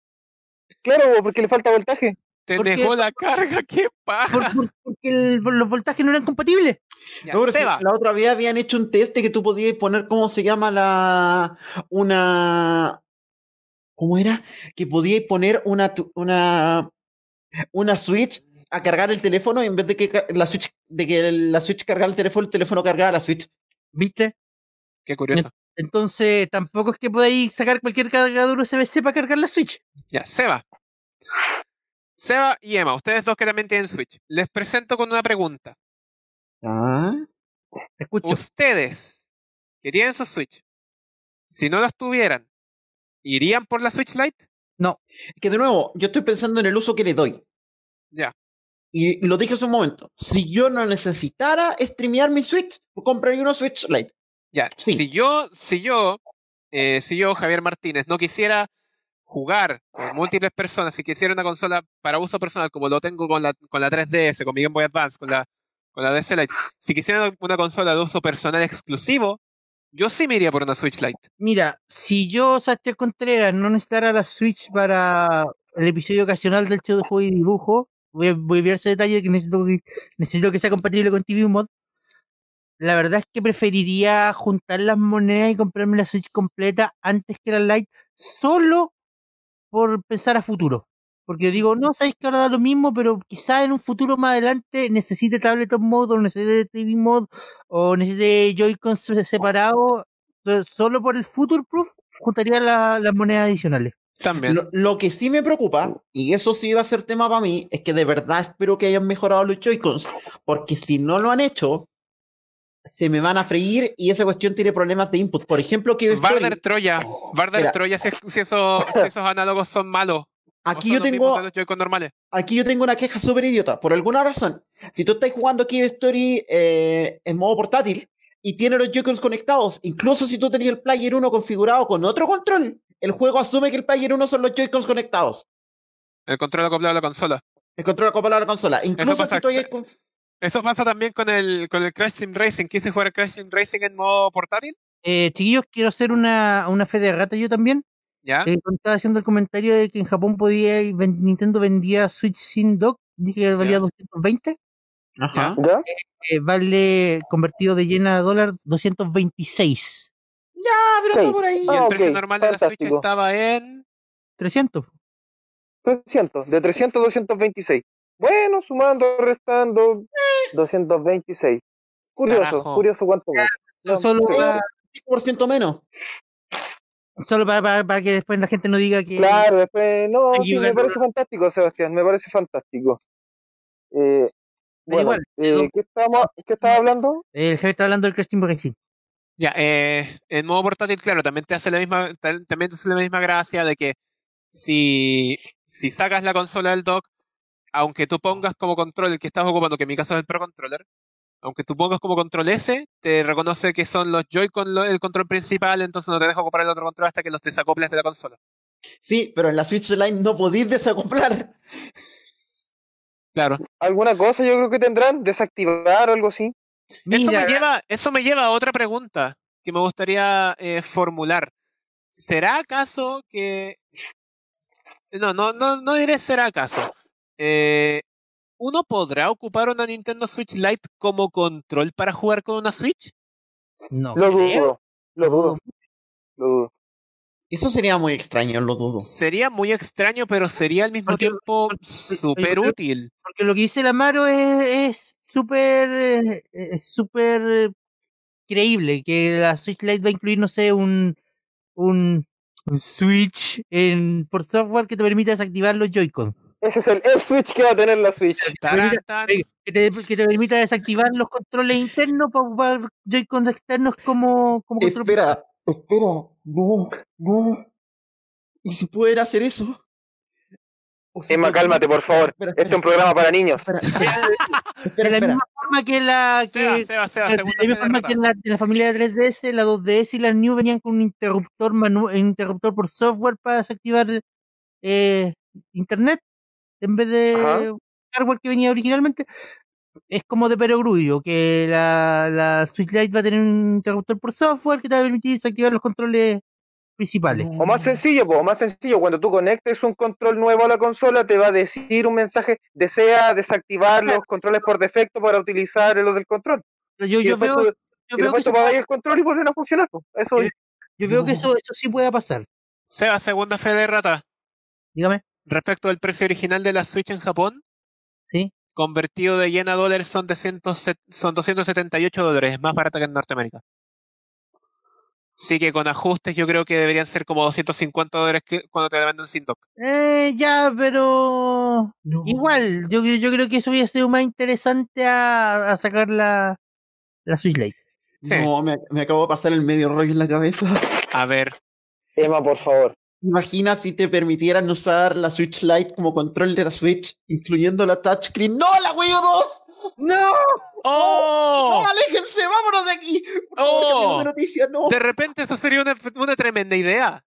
B: Claro, po, porque le falta voltaje.
A: Te
E: ¿Por qué?
A: dejó la carga, qué paja.
E: por- por- porque el- los voltajes no eran compatibles.
A: Ya,
D: No, pero sí,
A: Seba,
D: la otra vez habían hecho un test de que tú podías poner, ¿cómo se llama la. Una. ¿Cómo era? Que podías poner una. tu- Una. Una Switch a cargar el teléfono y en vez de que ca- la Switch. De que la Switch cargara el teléfono, el teléfono cargara la Switch.
E: ¿Viste?
A: qué curioso.
E: Entonces, tampoco es que podáis sacar cualquier cargador USB-C para cargar la Switch.
A: Ya, Seba. Seba y Emma, ustedes dos que también tienen Switch. Les presento con una pregunta.
D: Ah.
E: Te escucho.
A: Ustedes que tienen su Switch, si no las tuvieran, ¿irían por la Switch Lite?
D: Que de nuevo, yo estoy pensando en el uso que le doy.
A: Ya.
D: Y lo dije hace un momento. Si yo no necesitara streamear mi Switch, compraría una Switch Lite.
A: Ya,
D: Sí.
A: si yo, si yo, eh, si yo, Javier Martínez, no quisiera jugar con múltiples personas, si quisiera una consola para uso personal, como lo tengo con la, con la 3DS, con mi Game Boy Advance, con la, con la DS Lite, si quisiera una consola de uso personal exclusivo, yo sí me iría por una Switch Lite.
E: Mira, si yo, Saster Contreras, no necesitara la Switch para el episodio ocasional del show de juego y dibujo, voy a, voy a ver ese detalle que necesito, que necesito que sea compatible con TV Mod. La verdad es que preferiría juntar las monedas y comprarme la Switch completa antes que la Lite, solo por pensar a futuro. Porque digo, no, sabéis que ahora da lo mismo, pero quizá en un futuro más adelante necesite tabletop mod, o necesite TV mod, o necesite Joy-Con se- separado, entonces, solo por el Future Proof juntaría la- las monedas adicionales.
A: También.
D: Lo, lo que sí me preocupa, y eso sí va a ser tema para mí, es que de verdad espero que hayan mejorado los Joy-Cons. Porque si no lo han hecho, se me van a freír y esa cuestión tiene problemas de input. Por ejemplo, que
A: Barder Troya, Barder
D: Mira.
A: Troya, si, es- si esos, si esos análogos son malos. o
D: aquí
A: son
D: yo
A: los mismos
D: tengo.
A: de los Joy-Con normales.
D: aquí yo tengo una queja súper idiota. Por alguna razón, si tú estás jugando Cave Story eh, en modo portátil y tienes los Joy-Cons conectados, incluso si tú tenías el Player 1 configurado con otro control, el juego asume que el player 1 son los Joy-Cons conectados.
A: El control acoplado a la consola.
D: El control acoplado a la consola. Incluso
A: pasa
D: si tú
A: exa-
D: hay con-
A: Eso pasa también con el, con el Crash Team Racing. ¿Quise jugar Crash Team Racing en modo portátil?
C: Eh, chiquillos, quiero hacer una, una fe de rata yo también.
A: ¿Ya?
C: Eh, cuando estaba haciendo el comentario de que en Japón podía ven- Nintendo vendía Switch sin dock, dije que valía
A: Ya.
C: 220.
D: Ajá.
B: ¿Ya?
C: eh, vale convertido de yen a dólar 226.
D: Ah, pero
B: Seis.
D: está por ahí.
A: Y el
B: Ah,
A: precio
B: ok,
A: normal de la Switch
B: fantástico.
A: estaba en...
C: 300.
B: 300, de 300 a 226. Bueno, sumando, restando, 226. Curioso,
A: Carajo.
B: curioso cuánto más.
C: Yo Solo
B: sí.
C: para
D: menos.
C: solo pa- pa- pa que después la gente no diga que...
B: Claro, después, no,
C: Hay
B: sí, me
C: lugar-
B: parece fantástico, Sebastián, me parece fantástico. Eh, bueno,
C: igual,
B: eh,
C: dos-
B: ¿qué, estábamos, ¿qué estaba hablando?
C: El Javier está hablando del Crash Team Racing.
A: Ya, eh, en modo portátil, claro, también te hace la misma, tal- también te hace la misma gracia de que si, si sacas la consola del dock, aunque tú pongas como control el que estás ocupando, que en mi caso es el Pro Controller, aunque tú pongas como control S, te reconoce que son los Joy-Con lo- el control principal, entonces no te deja ocupar el otro control hasta que los desacoples de la consola.
D: Sí, pero en la Switch Lite no podéis desacoplar.
A: Claro.
B: ¿Alguna cosa yo creo que tendrán? ¿Desactivar o algo así?
A: Eso me,
C: Mira,
A: lleva, eso me lleva a otra pregunta que me gustaría eh, formular. ¿Será acaso que... No, no, no, no diré será acaso. Eh, ¿Uno podrá ocupar una Nintendo Switch Lite como control para jugar con una Switch?
C: no
B: Lo
C: creo.
B: dudo, lo dudo, lo dudo.
D: Eso sería muy extraño, lo dudo.
A: Sería muy extraño, pero sería al mismo
C: Porque-
A: tiempo
C: porque-
A: súper
C: yo creo-
A: útil.
C: Porque lo que dice la Maro es es súper eh, es súper eh, creíble que la Switch Lite va a incluir, no sé, un, un, un Switch en, por software que te permita desactivar los Joy-Con.
B: Ese es el, el Switch que va a tener la Switch.
A: Tarán, tan.
C: Que te, que te permita desactivar los controles internos para ocupar Joy-Con externos como, como control.
D: Espera, espera, no, no. ¿Y si pudiera hacer eso? O si
B: Emma,
D: podría-
B: cálmate, por favor.
D: Espera,
B: Este es un
D: espera,
B: programa para niños.
D: espera,
C: O sea, de
D: espera,
C: la
D: espera.
C: misma forma que la que,
A: Seba, Seba, Seba,
C: de la
A: segunda
C: misma
A: fe de
C: forma
A: rata.
C: que en la, en la familia de 3DS, la 2DS y la New venían con un interruptor manu eh, un interruptor por software para desactivar eh, internet en vez de
B: Ajá.
C: hardware que venía originalmente. Es como de perogrullo, que la, la Switch Lite va a tener un interruptor por software que te va a permitir desactivar los controles principales.
B: O más sencillo, po, o más sencillo, cuando tú conectes un control nuevo a la consola, te va a decir un mensaje, desea desactivar los controles por defecto para utilizar los del control.
C: Yo,
B: Y
C: yo
B: después
C: veo,
B: tú- y
C: yo veo que,
B: después
C: eso,
B: tú vas a ir al control y vuelven a funcionar. po. Eso es.
C: yo veo que eso, eso sí puede pasar.
A: Seba, segunda fe de rata.
C: Dígame,
A: Respecto al precio original de la Switch en Japón,
C: ¿sí?
A: convertido de yen a dólar son, de 100 son 278 dólares, es más barata que en Norteamérica. Así que con ajustes yo creo que deberían ser como 250 dólares que cuando te la venden sin dock.
C: Eh, ya, pero...
D: No.
C: Igual, yo, cre- yo creo que eso hubiera sido más interesante a, a sacar la, la Switch Lite.
A: Sí.
D: No, me, me acabo de pasar el medio rollo en la cabeza.
A: A ver,
B: Emma, por favor.
D: Imagina si te permitieran usar la Switch Lite como control de la Switch, incluyendo la touchscreen. ¡No, la Wii U 2! ¡No! ¡No,
A: ¡oh!
D: aléjense! ¡Vámonos de aquí! Por favor,
A: ¡Oh!
D: cambiemos de noticia, no.
A: De repente eso sería una, una tremenda idea.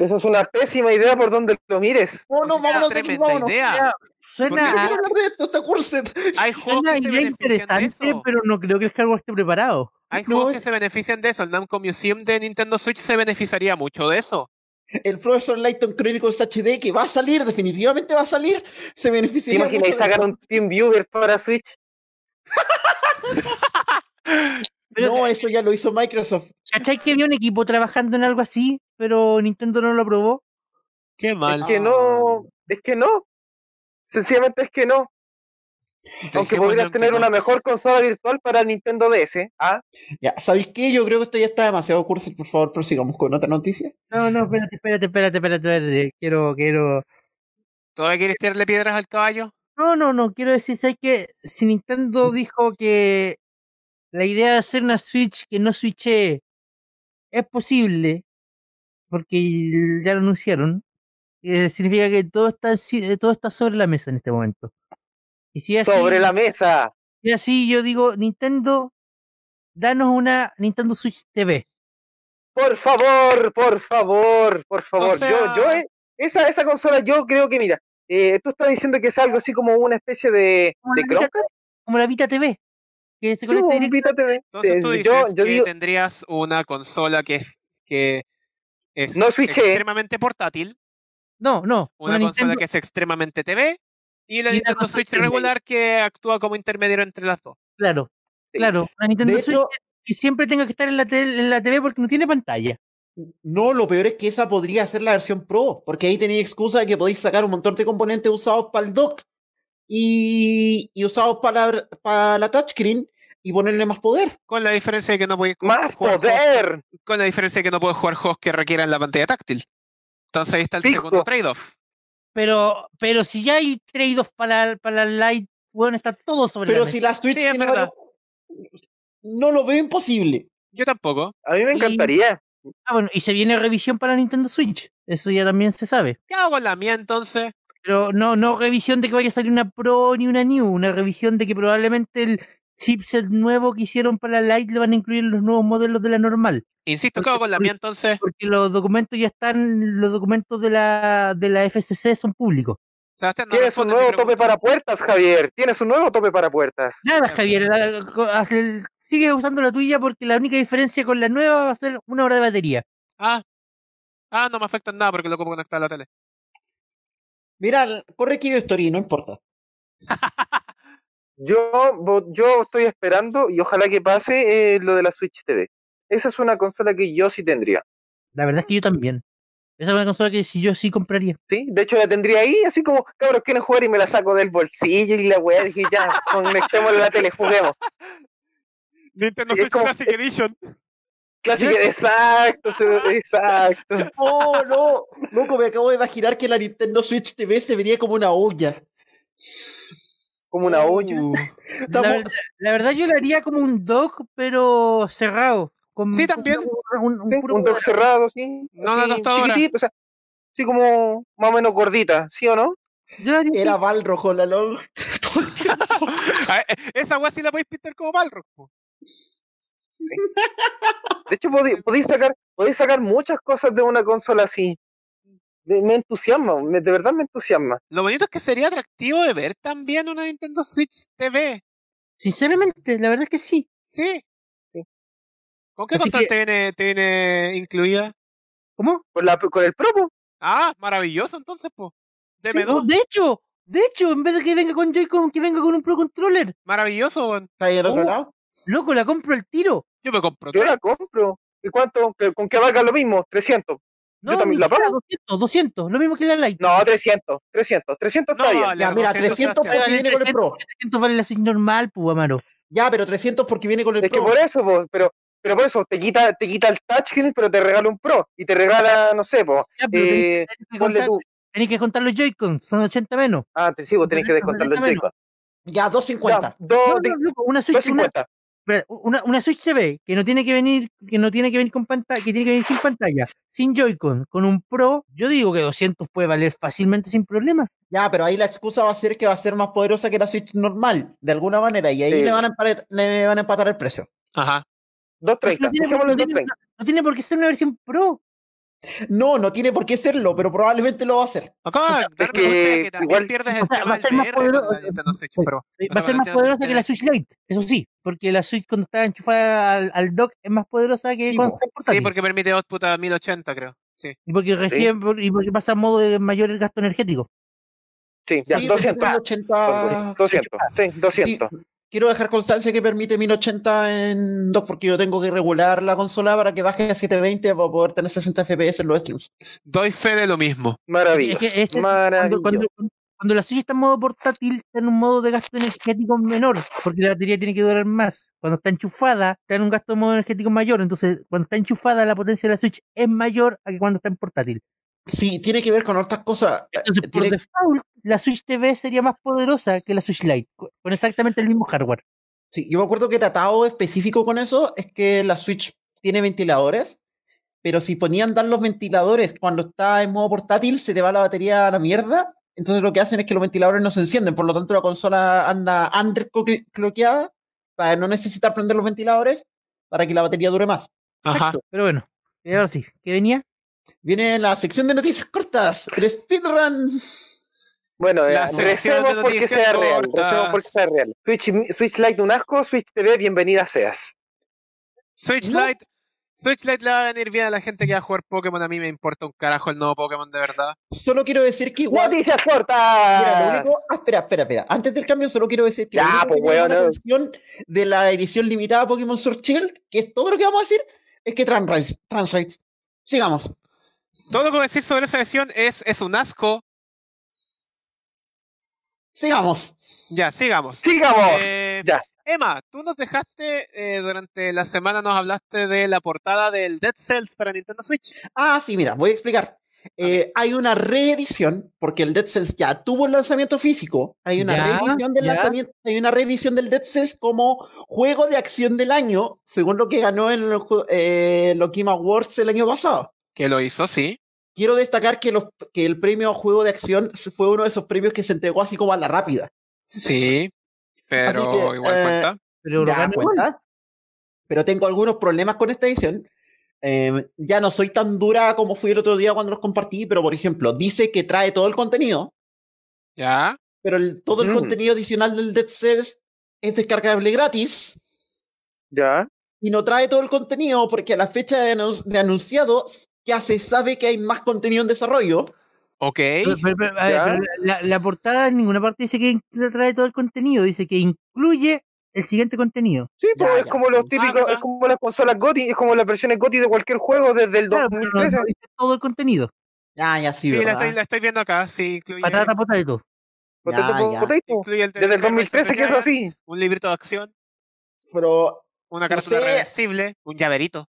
B: Esa es una pésima idea por donde lo mires.
D: No, no,
A: Una
D: vámonos de aquí,
A: tremenda
D: vámonos.
A: idea.
C: Suena
A: Porque
C: a-
D: Quiero hablar de esto, está cursed.
A: Hay juegos
C: suena a
A: que se
C: idea
A: benefician de
C: interesante,
A: eso.
C: pero no creo que el hardware esté preparado.
A: Hay
D: no,
A: juegos
D: es-
A: que se benefician de eso. El Namco Museum de Nintendo Switch se beneficiaría mucho de eso.
D: el profesor Lighton Chronicles HD que va a salir, definitivamente va a salir, se
B: ¿Te
D: beneficiaría mucho.
B: imaginas
D: de
B: sacar
D: eso.
B: un Team Viewer para Switch?
C: Pero,
D: No, eso ya lo hizo Microsoft.
C: ¿Cachai que había un equipo trabajando en algo así, pero Nintendo no lo aprobó?
A: Qué mal.
B: Es que no, es que no. Sencillamente es que no. Aunque
C: pues,
B: podrías tener una mejor consola virtual para Nintendo DS. ¿ah?
D: Ya, ¿sabéis qué? Yo creo que esto ya está demasiado cursed, por favor, prosigamos con otra noticia.
C: No, no, espérate, espérate, espérate, espérate, espérate. Quiero, quiero...
A: ¿Todavía quieres tirarle piedras al caballo?
C: No, no, no, quiero decir, ¿sabes que Si Nintendo dijo que la idea de hacer una Switch que no switche es posible, porque ya lo anunciaron, eh, significa que todo está, enci- eh, todo está sobre la mesa en este momento. Y si es así,
B: Sobre la mesa.
C: si es así, yo digo, Nintendo, danos una Nintendo Switch TV.
B: Por favor, por favor, por favor.
A: sea-
B: Yo, yo, eh, esa, esa consola, yo creo que, mira, eh, tú estás diciendo que es algo así como una especie de,
C: Como
B: de
C: la Vita,
B: Chromecast.
C: como la Vita TV. Que se
B: Sí, pues,
C: conecta
B: un
C: directo-
B: Vita TV.
A: Entonces
B: Sí,
A: tú dices
B: yo, yo
A: que
B: digo,
A: tendrías una consola que, es- que es
B: No switché.
A: extremadamente portátil,
C: No, no.
A: una consola
C: una Nintendo-
A: que es extremadamente TV y la
C: Y una
A: Nintendo
C: consola
A: Switch
C: Switch.
A: regular que actúa como intermediario entre las dos.
C: Claro, claro. Una Nintendo
D: De
C: Switch
D: hecho,
C: que siempre tenga que estar en la, tel- en la TV porque no tiene pantalla.
D: no, lo peor es que esa podría ser la versión Pro, porque ahí tenéis excusa de que podéis sacar un montón de componentes usados para el dock y, y usados para la, para la touchscreen y ponerle más poder.
A: Con la diferencia de que no puedes
B: más
A: jugar
B: poder.
A: juegos- con la diferencia de que no puedes jugar juegos que requieran la pantalla táctil. Entonces ahí está el
B: Fijo.
A: segundo trade-off.
C: Pero, pero si ya hay trade-offs para, la- para la Lite, bueno, está todo sobre la
D: Pero
C: mesa.
D: si la Switch
A: Sí, es
D: tiene
A: verdad.
D: varios- no lo veo imposible.
A: Yo tampoco.
B: A mí me
C: Y-
B: encantaría.
C: Ah, bueno, y se viene revisión para Nintendo Switch. Eso ya también se sabe.
A: ¿Qué hago con la mía entonces?
C: Pero no, no revisión de que vaya a salir una Pro ni una New. Una revisión de que probablemente el chipset nuevo que hicieron para la Lite le van a incluir en los nuevos modelos de la normal.
A: Insisto, ¿qué
C: Porque
A: hago con la
C: por-
A: mía entonces?
C: Porque los documentos ya están, los documentos de la, de la FCC son públicos.
A: Sebastián, no
B: Tienes un
A: responde mi
B: nuevo
A: pregunta.
B: tope para puertas, Javier. Tienes un nuevo tope para puertas.
C: Nada,
A: Ya,
C: Javier, la- co- haz el- sigue usando la tuya porque la única diferencia con la nueva va a ser una hora de batería.
A: Ah. Ah, no me afecta en nada porque lo puedo conectar a la tele.
D: Mira, corre Kid Story, no importa.
B: Yo, vo- yo estoy esperando y ojalá que pase eh, lo de la Switch TV. Esa es una consola que yo sí tendría.
C: La verdad es que yo también. Esa es una consola que si yo sí compraría.
B: ¿sí? De hecho, la tendría ahí, así como, cabros, quieren jugar y me la saco del bolsillo y la weá. Dije, ya, conectémosla a la tele, juguemos.
A: Nintendo
B: Sí, es
A: Switch
B: como-
A: Classic Edition.
B: Clásica, exacto, se- exacto.
D: Oh, no, loco, me acabo de imaginar que la Nintendo Switch TV se vería como una olla.
B: Como una olla.
A: Uh.
C: La,
D: Estamos-
C: verdad- la verdad yo la haría como un dock, pero cerrado. con-
A: Sí,
C: con
A: también.
C: una- un, un
B: Sí,
C: puro-
B: Un dock cerrado, sí.
A: No, una
B: así,
A: tostadora.
B: Chiquitito, o sea, sí, como más o menos gordita, ¿sí o no?
C: Yo la haría así.
D: Era Balro con la LOL.
A: Ah, eh, Esa weá sí la podéis pintar como Balrog. po.
B: De hecho, podí- podéis sacar, podéis sacar muchas cosas de una consola así. De- me entusiasma, me- de verdad me entusiasma.
A: Lo bonito es que sería atractivo de ver también una Nintendo Switch TV.
C: Sinceramente, la verdad es que sí.
A: Sí.
B: Sí.
A: ¿Con qué
C: Así
A: control
C: que-
A: te, viene, te viene incluida?
C: ¿Cómo?
B: Con, la, con el propo,
A: Ah, maravilloso entonces, po.
C: Sí, pues,
A: DM2,
C: de hecho, de hecho, en vez de que venga con Joy-Con, que venga con un Pro Controller.
A: maravilloso, weón.
D: Está ahí al
A: Uh,
D: otro
B: Oh.
D: lado.
C: Loco, la compro al tiro.
A: Yo me compro
B: yo
A: tres.
B: la compro. ¿Y cuánto? ¿Qué- ¿Con qué valga lo mismo? 300.
C: No,
B: Yo también
C: ni
B: la
C: siquiera,
B: pago.
C: 200, 200, lo mismo que la Lite.
B: No, 300, 300, 300 está
A: No,
B: bien.
A: vale,
D: Ya, mira, 300
A: Sebastián.
D: porque
C: Vale,
D: viene con el Pro.
C: 300 vale la Switch normal, pues, Amaro.
D: Ya, pero 300 porque viene con el
B: Es que
D: Pro.
B: por eso, po, pero, pero por eso te quita, te quita el touchscreen, pero te regala un pro y te regala, no sé, po,
C: Ya, pero tenés-
B: eh,
C: tenés que
B: ponle
C: contar-
B: tú.
C: tenés que contar los Joy-Con, son 80 menos.
B: Ah, te sigo, tenés que descontar los
C: Completamente.
B: chicos.
D: Ya, 250.
C: No,
B: Dos,
C: no, loco, una Switch, una,
B: 250.
C: espera, una, una Switch TV que no tiene que venir, que no tiene que venir con pantalla, que tiene que venir sin pantalla, sin Joy-Con, con un Pro, yo digo que 200 puede valer fácilmente sin problema.
D: Ya, pero ahí la excusa va a ser que va a ser más poderosa que la Switch normal, de alguna manera. Y ahí
B: Sí.
D: le, van a empatar, le van a empatar el precio.
A: Ajá.
C: Porque
B: 230.
C: No tiene,
B: Dejémoslo
C: no
B: en
C: tiene-
B: 230.
C: no tiene por qué ser una versión Pro.
D: No, no tiene por qué serlo, pero probablemente lo va a hacer.
A: Acaba de darme cuenta de que
B: que
A: también
B: igual-
A: pierdes el
C: o sea,
A: tema
C: va a
A: del
C: ser más
A: VR con la
C: poderoso.
A: Nintendo Switch,
C: Sí.
A: pero-
C: Eh,
A: Bueno,
C: Va a ser
A: la
C: más
A: Nintendo
C: poderosa
A: Switch
C: que la
A: TV.
C: Switch Lite, eso sí, porque la Switch cuando está enchufada al, al dock es más poderosa que
D: Sí,
C: cuando
D: po.
C: está portátil.
A: Sí, porque permite output a 1080, creo. Sí.
C: Y porque recién y porque pasa a modo de mayor el gasto energético.
B: Sí, ya, ah,
D: Sí,
B: 200.
D: permite 1080.
B: 200, sí, 200.
D: Sí, quiero dejar constancia que permite 1080 en 2 porque yo tengo que regular la consola para que baje a 720 para poder tener 60 FPS en los streams.
A: Doy fe de lo mismo.
C: Es
B: Maravilloso.
C: que ese- cuando,
B: Maravilloso.
C: cuando, cuando la Switch está en modo portátil, está en un modo de gasto energético menor, porque la batería tiene que durar más. Cuando está enchufada, está en un gasto de modo energético mayor. Entonces, cuando está enchufada, la potencia de la Switch es mayor a que cuando está en portátil.
D: Sí, tiene que ver con otras cosas.
C: Entonces, por
D: Tiene-
C: default, la Switch TV sería más poderosa que la Switch Lite, con con exactamente el mismo hardware.
D: Sí, yo me acuerdo que tratado específico con eso es que la Switch tiene ventiladores, pero si ponían dar los ventiladores cuando está en modo portátil, se te va la batería a la mierda. Entonces lo que hacen es que los ventiladores no se encienden, por lo tanto la consola anda undercloqueada para no necesitar prender los ventiladores para que la batería dure más.
A: Ajá.
C: Exacto. Pero bueno, Y ahora sí, ¿qué venía?
D: Viene la sección de noticias cortas, el speedrun.
B: Bueno,
A: La
B: eh,
A: sección
B: recemos
A: de
B: porque
A: noticias
B: sea real.
A: cortas.
B: recemos porque sea real. Switch, Switch Lite un asco, Switch TV, bienvenida seas.
A: Switchlight. Switchlight le va a venir bien a la gente que va a jugar Pokémon. A mí me importa un carajo el nuevo Pokémon de verdad.
D: Solo quiero decir que igual.
B: ¡Noticias
D: Mira, lo
B: cortas!
D: único- ah, espera, espera, espera. Antes del cambio, solo quiero decir que
B: Ya,
D: lo único
B: pues,
D: que me llama
B: weón,
D: la
B: no.
D: atención de la edición limitada de Pokémon Sword Shield, que es todo lo que vamos a decir, es que trans rights. Trans rights. Sigamos.
A: Todo lo que voy a decir sobre esa edición es, es un asco.
D: Sigamos.
A: Ya, sigamos.
B: ¡Sigamos!
A: Eh,
B: ya.
A: Emma, tú nos dejaste, eh, durante la semana nos hablaste de la portada del Dead Cells para Nintendo Switch.
D: Ah, sí, mira, voy a explicar. Eh, hay una reedición, porque el Dead Cells ya tuvo el lanzamiento físico. Hay una
C: Ya,
D: reedición del
C: ya.
D: lanzamiento, hay una reedición del Dead Cells como juego de acción del año, según lo que ganó en los ju- eh, los Game Awards el año pasado.
A: Que lo hizo, sí.
D: quiero destacar que, los, que el premio a juego de acción se- fue uno de esos premios que se entregó así como a la rápida.
A: Sí. Pero
D: Así que,
A: igual
D: eh,
A: cuenta.
C: Pero
D: Ya,
C: ganó
B: pues,
C: igual.
D: cuenta. Pero tengo algunos problemas con esta edición. Eh, ya no soy tan dura como fui el otro día cuando los compartí, pero por ejemplo, dice que trae todo el contenido,
A: Ya.
D: pero el- todo el
B: Mm.
D: contenido adicional del Dead Cells es descargable gratis
B: Ya.
D: y no trae todo el contenido porque a la fecha de, anun- de anunciado ya se sabe que hay más contenido en desarrollo.
A: Ok.
E: pues,
C: Pero- pero- pero, a ver,
B: Ya.
C: pero la, la portada en ninguna parte dice que trae todo el contenido, dice que incluye el siguiente contenido.
B: Sí,
D: Ya,
B: pues es
D: ya.
B: como los típicos,
A: ¿verdad?
B: es como las consolas GOTY, es como las versiones GOTY de cualquier juego desde el
C: Claro, pero no-
B: 2013.
C: no dice todo el contenido.
D: Ah, ya sí,
A: Sí, la
D: ¿verdad?
A: estoy, la estoy viendo acá. Sí, incluye,
C: Patata, potato.
B: Potato,
D: Ya, ya.
B: potato.
A: incluye el
B: Desde el
A: DLC de
B: 2013 que es
A: Breath of the
B: así.
A: Wild, Un librito de acción,
D: Pero
A: una
D: No
A: carátula
D: sé.
A: reversible, un llaverito.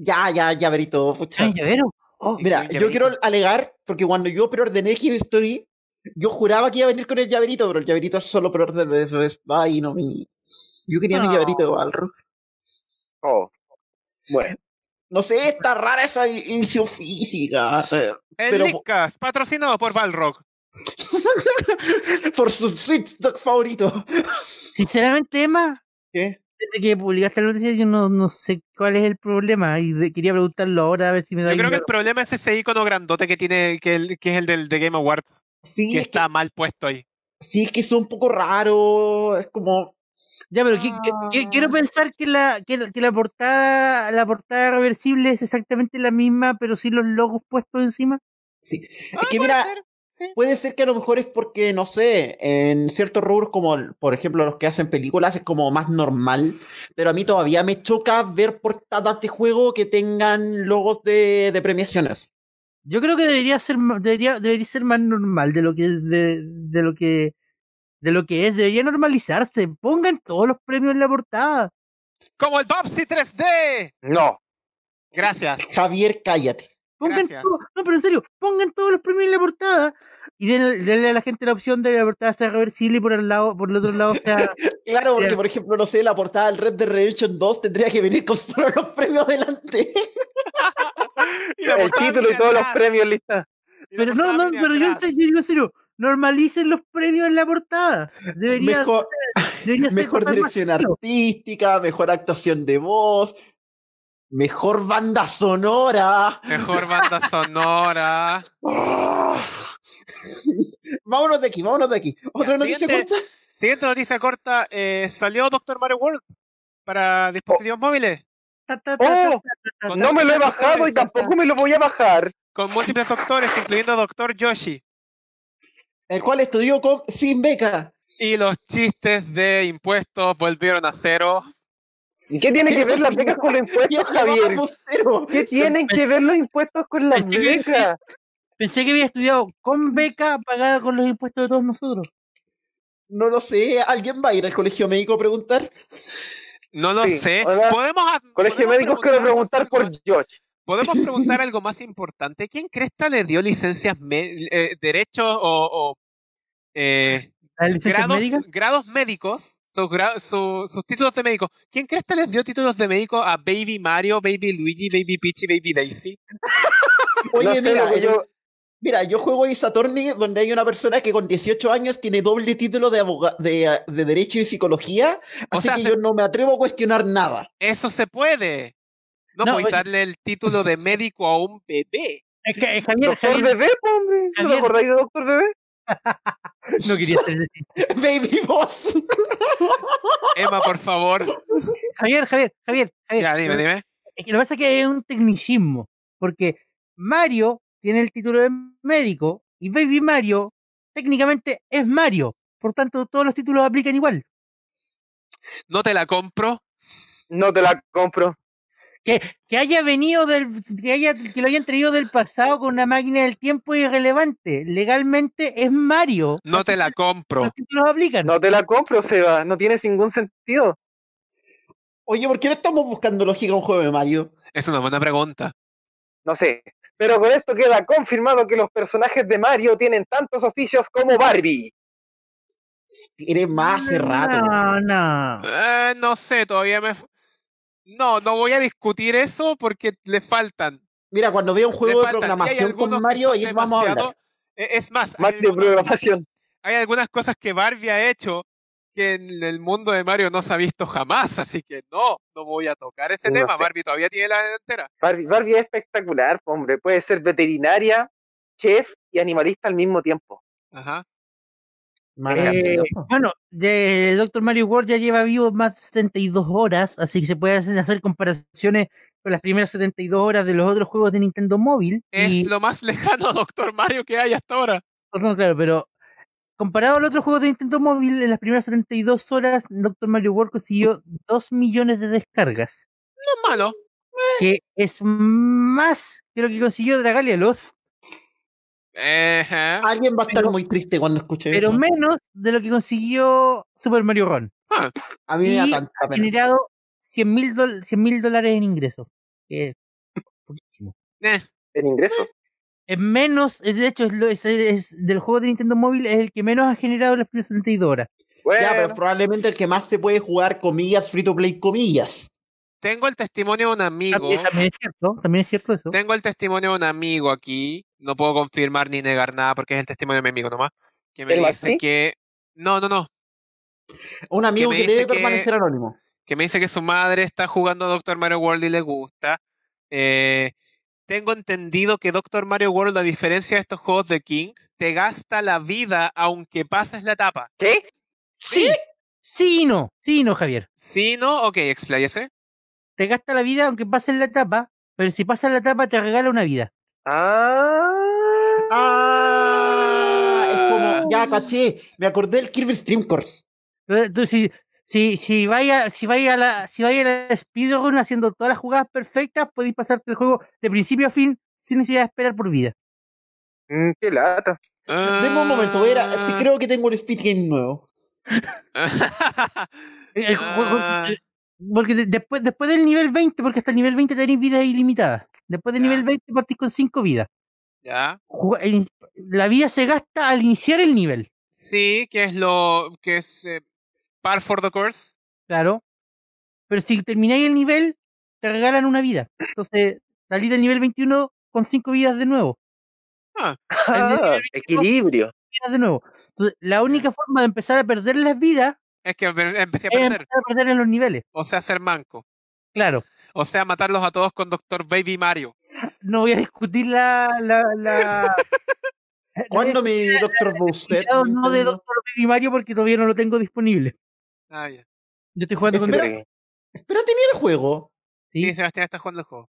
D: ya, ya, ya, Berito, pucha.
C: Ah, llavero. Oh,
A: Sí,
D: Mira,
A: un
D: yo quiero
A: llaverito.
D: alegar, porque cuando yo preordené Heavy Story, yo juraba que iba a venir con el llaverito, pero el llaverito solo preordené de Best Buy y no vení. Yo quería mi
C: No.
D: llaverito de Balro.
B: Oh. Bueno.
D: No sé, está rara esa edición física. eh,
A: El
D: pero-
A: Leadcast, patrocinado por Balrog.
D: Por su Switch Dog favorito.
C: Sinceramente, Emma,
D: ¿Qué?
C: desde que publicaste la noticia, yo no, no sé cuál es el problema y de- quería preguntarlo ahora a ver si me da
A: Yo creo que el
C: dinero.
A: problema es ese icono grandote que tiene, que, el- que es el del de Game Awards,
D: Sí,
A: que
D: es
A: está mal puesto ahí.
D: que, sí, es que es un poco raro. Es como.
C: Ya, pero que- Ah. que-
E: Ah.
C: que- quiero pensar que la, que, la- que la portada la portada reversible es exactamente la misma, pero sí los logos puestos encima.
D: Sí.
A: Ah,
D: es que
A: puede
D: mira,
A: ser.
D: Puede ser que a lo mejor es porque, no sé, en ciertos rubros como, el- por ejemplo, los que hacen películas es como más normal, pero a mí todavía me choca ver portadas de juego que tengan logos de, de premiaciones.
C: Yo creo que debería ser ma- debería, debería ser más normal de lo que de, de lo que de lo que es, debería normalizarse. Pongan todos los premios en la portada.
A: Como el Bobsy 3D.
B: No.
A: Gracias.
D: Javier, cállate.
C: Pongan
A: Gracias.
C: todo- no, pero en serio, pongan todos los premios en la portada y den- denle a la gente la opción de que la portada sea reversible y por el lado por el otro lado sea
D: Claro, porque,
C: Bien.
D: por ejemplo, no sé, la portada del Red Dead Redemption 2 tendría que venir con solo los premios delante.
A: Y la
B: El
A: portada
B: título y
A: viene
B: todos los
A: atrás,
B: premios lista.
A: y la
C: Pero no,
A: portada
C: no,
A: viene
C: pero yo, en
A: atrás.
C: serio- yo digo en serio, normalicen los premios en la portada. Debería,
D: Mejor,
C: debería ser
D: mejor
C: más
D: dirección
C: masivo.
D: artística, mejor actuación de voz, mejor banda sonora.
A: Mejor banda sonora.
D: vámonos de aquí, vámonos de aquí. Otra
A: Ya,
D: noticia
A: siguiente.
D: corta.
A: Siguiente noticia corta. eh, salió Doctor Mario World para dispositivos móviles.
C: Ta, ta, ta, ta,
B: ¡Oh!
C: ta, ta,
B: No me lo he bajado y tampoco me lo voy a bajar.
A: Con múltiples doctores, incluyendo Doctor Yoshi.
D: El cual estudió con, sin beca.
A: Y los chistes de impuestos volvieron a cero.
B: ¿Y qué tiene que ver las becas con los
D: Yo
B: impuestos,
D: jamás
B: Javier?
D: postero.
B: ¿Qué tienen que ver los impuestos con las
C: Pensé que-
B: becas?
C: Pensé que había estudiado con beca pagada con los impuestos de todos nosotros.
D: No lo sé. ¿Alguien va a ir al colegio médico a preguntar?
A: No lo
B: Sí,
A: sé.
B: hola.
A: Podemos. a-
B: Colegio
A: podemos
B: Médicos, quiero
A: preguntarnos
B: preguntar por
A: algo más-
B: George.
A: Podemos preguntar algo más importante. ¿Quién cresta le dio licencias, me- eh, derechos o, o, eh,
C: ¿La licencia
A: grados,
C: médica?
A: grados médicos, sus, gra- su- sus títulos de médico. ¿Quién crees que les dio títulos de médico a Baby Mario, Baby Luigi, Baby Peach y Baby Daisy?
D: Oye,
B: no sé,
D: mira,
B: loco,
D: en el-
B: yo,
D: mira, yo juego a Saturni donde hay una persona que con 18 años tiene doble título de, aboga- de, de Derecho y Psicología.
A: O
D: Así
A: sea,
D: que
A: se-
D: yo no me atrevo a cuestionar nada.
A: Eso se puede. No,
C: No,
A: podéis
C: oye.
A: darle el título de médico a un bebé.
C: Es que eh, Javier,
B: Doctor
C: Javier,
B: Bebé, po, hombre. ¿No te
C: Javier.
B: acordáis de Doctor Bebé?
C: no quería hacer ese-
D: Baby Boss.
A: Emma, por favor.
C: Javier, Javier, Javier, Javier.
A: Ya, dime, dime.
C: Es que lo que pasa es que es un tecnicismo, porque Mario tiene el título de médico y Baby Mario técnicamente es Mario. Por tanto, todos los títulos aplican igual.
A: No te la compro.
B: No te la compro.
C: Que, que haya venido del. Que, haya, que lo hayan traído del pasado con una máquina del tiempo es irrelevante. Legalmente es Mario.
A: No te la compro.
C: Los títulos aplican.
B: No te la compro, Seba. No tiene ningún sentido.
D: Oye, ¿por qué no estamos buscando lógica a un juego de Mario?
A: Es una buena pregunta.
B: No sé. Pero con esto queda confirmado que los personajes de Mario tienen tantos oficios como Barbie.
D: Tiene más hace rato.
A: Ah.
C: No, no.
A: Eh, no sé, todavía me. No, no voy a discutir eso porque le faltan.
D: Mira, cuando vea un
A: Le
D: juego de
A: faltan. Y hay
D: programación
A: algunos
D: con
A: que
D: Mario,
A: son
D: ahí vamos a
A: demasiado-
D: hablar.
A: Eh, Es más, hay
B: Mario
A: algunas-
B: Programación.
A: hay algunas cosas que Barbie ha hecho que en el mundo de Mario no se ha visto jamás, así que no, no voy a tocar ese
B: No
A: tema.
B: sé.
A: Barbie todavía tiene la delantera.
B: Barbie, Barbie es espectacular, po, hombre. Puede ser veterinaria, chef y animalista al mismo tiempo.
A: Ajá.
D: Maravilloso.
C: Eh, bueno, de- el Dr. Mario World ya lleva vivo más de 72 horas, así que se pueden hacer, hacer comparaciones con las primeras 72 horas de los otros juegos de Nintendo Móvil.
A: Es
C: y-
A: lo más lejano a Doctor Mario que hay hasta ahora.
C: no, claro, pero comparado a los otros juegos de Nintendo Móvil, en las primeras 72 horas, Dr. Mario World consiguió 2 millones de descargas,
A: No es malo.
C: que es más que lo que consiguió Dragalia Lost,
A: Ejá.
D: Alguien va a estar
C: pero-
D: muy triste cuando escuche
C: pero
D: eso.
C: menos de lo que consiguió Super Mario Run.
D: a mí me da
C: y
D: tanta
C: ha
D: pena.
C: generado 100 mil dol- 100.000 dólares en ingresos. que es poquísimo.
A: Eh,
B: En ingresos.
C: Es menos, es de hecho, es, lo- es- es- del juego de Nintendo Móvil es el que menos ha generado en las primeras 72 horas.
B: Bueno,
D: Ya, pero probablemente el que más se puede jugar, comillas, free to play, comillas.
A: tengo el testimonio de un amigo.
C: También, también es cierto, también es cierto eso.
A: Tengo el testimonio de un amigo aquí. No puedo confirmar ni negar nada porque es el testimonio de mi amigo nomás. Que me
B: ¿El
A: dice
B: Maxi?
A: que. No, no, no.
D: Un amigo
A: me
D: que
A: dice
D: debe
A: que-
D: permanecer anónimo.
A: que me dice que su madre está jugando a Doctor Mario World y le gusta. Eh, tengo entendido que Doctor Mario World, a diferencia de estos juegos de King, te gasta la vida aunque pases la etapa.
B: ¿Qué?
C: Sí, sí y no, sí y no, Javier.
A: Si no, ok, expláyese.
C: Te gasta la vida aunque pases la etapa, pero si pasas la etapa te regala una vida.
B: Ah.
D: Ah, es como, ya caché, me acordé del Kirby Stream Course.
C: Entonces, tú si, si, si vaya, si vaya a la, si vaya a la speedrun haciendo todas las jugadas perfectas, podéis pasarte el juego de principio a fin sin necesidad de esperar por vida.
B: Mm, qué lata.
D: Deme un momento, voy a ir a-
A: Ah.
D: creo que tengo un speed game nuevo.
C: eh, El- el juego-
A: Ah.
C: el- porque de- después, después del nivel 20, porque hasta el nivel 20 tenéis vidas ilimitadas. Después del
A: Ya.
C: nivel 20 partís con 5 vidas.
A: ¿Ya?
C: Ju- el in- La vida se gasta al iniciar el nivel,
A: Sí, que es lo que es eh, par for the course.
C: claro. Pero si termináis el nivel, te regalan una vida. Entonces, salís del nivel 21 con 5 vidas de nuevo.
B: Ah, equilibrio.
C: vidas de nuevo. Entonces, la única forma de empezar a perder las vidas
A: Es que empe- empecé a
B: Em,
C: es
A: perder.
C: empezar a perder en los niveles,
A: O sea, ser manco.
C: claro.
A: O sea, matarlos a todos con Doctor Baby Mario.
C: No voy a discutir la... la, la... no voy a
D: ¿Cuándo mi Dr.
C: discutir
D: Bowser?
C: los no de
D: Nintendo?
C: Doctor Baby Mario porque todavía no lo tengo disponible.
A: Ah, ya.
C: Yo estoy jugando con
D: Espera.
C: Dra-
D: Pero tenía el juego.
A: Sí,
C: sí,
A: Sebastián está jugando el juego.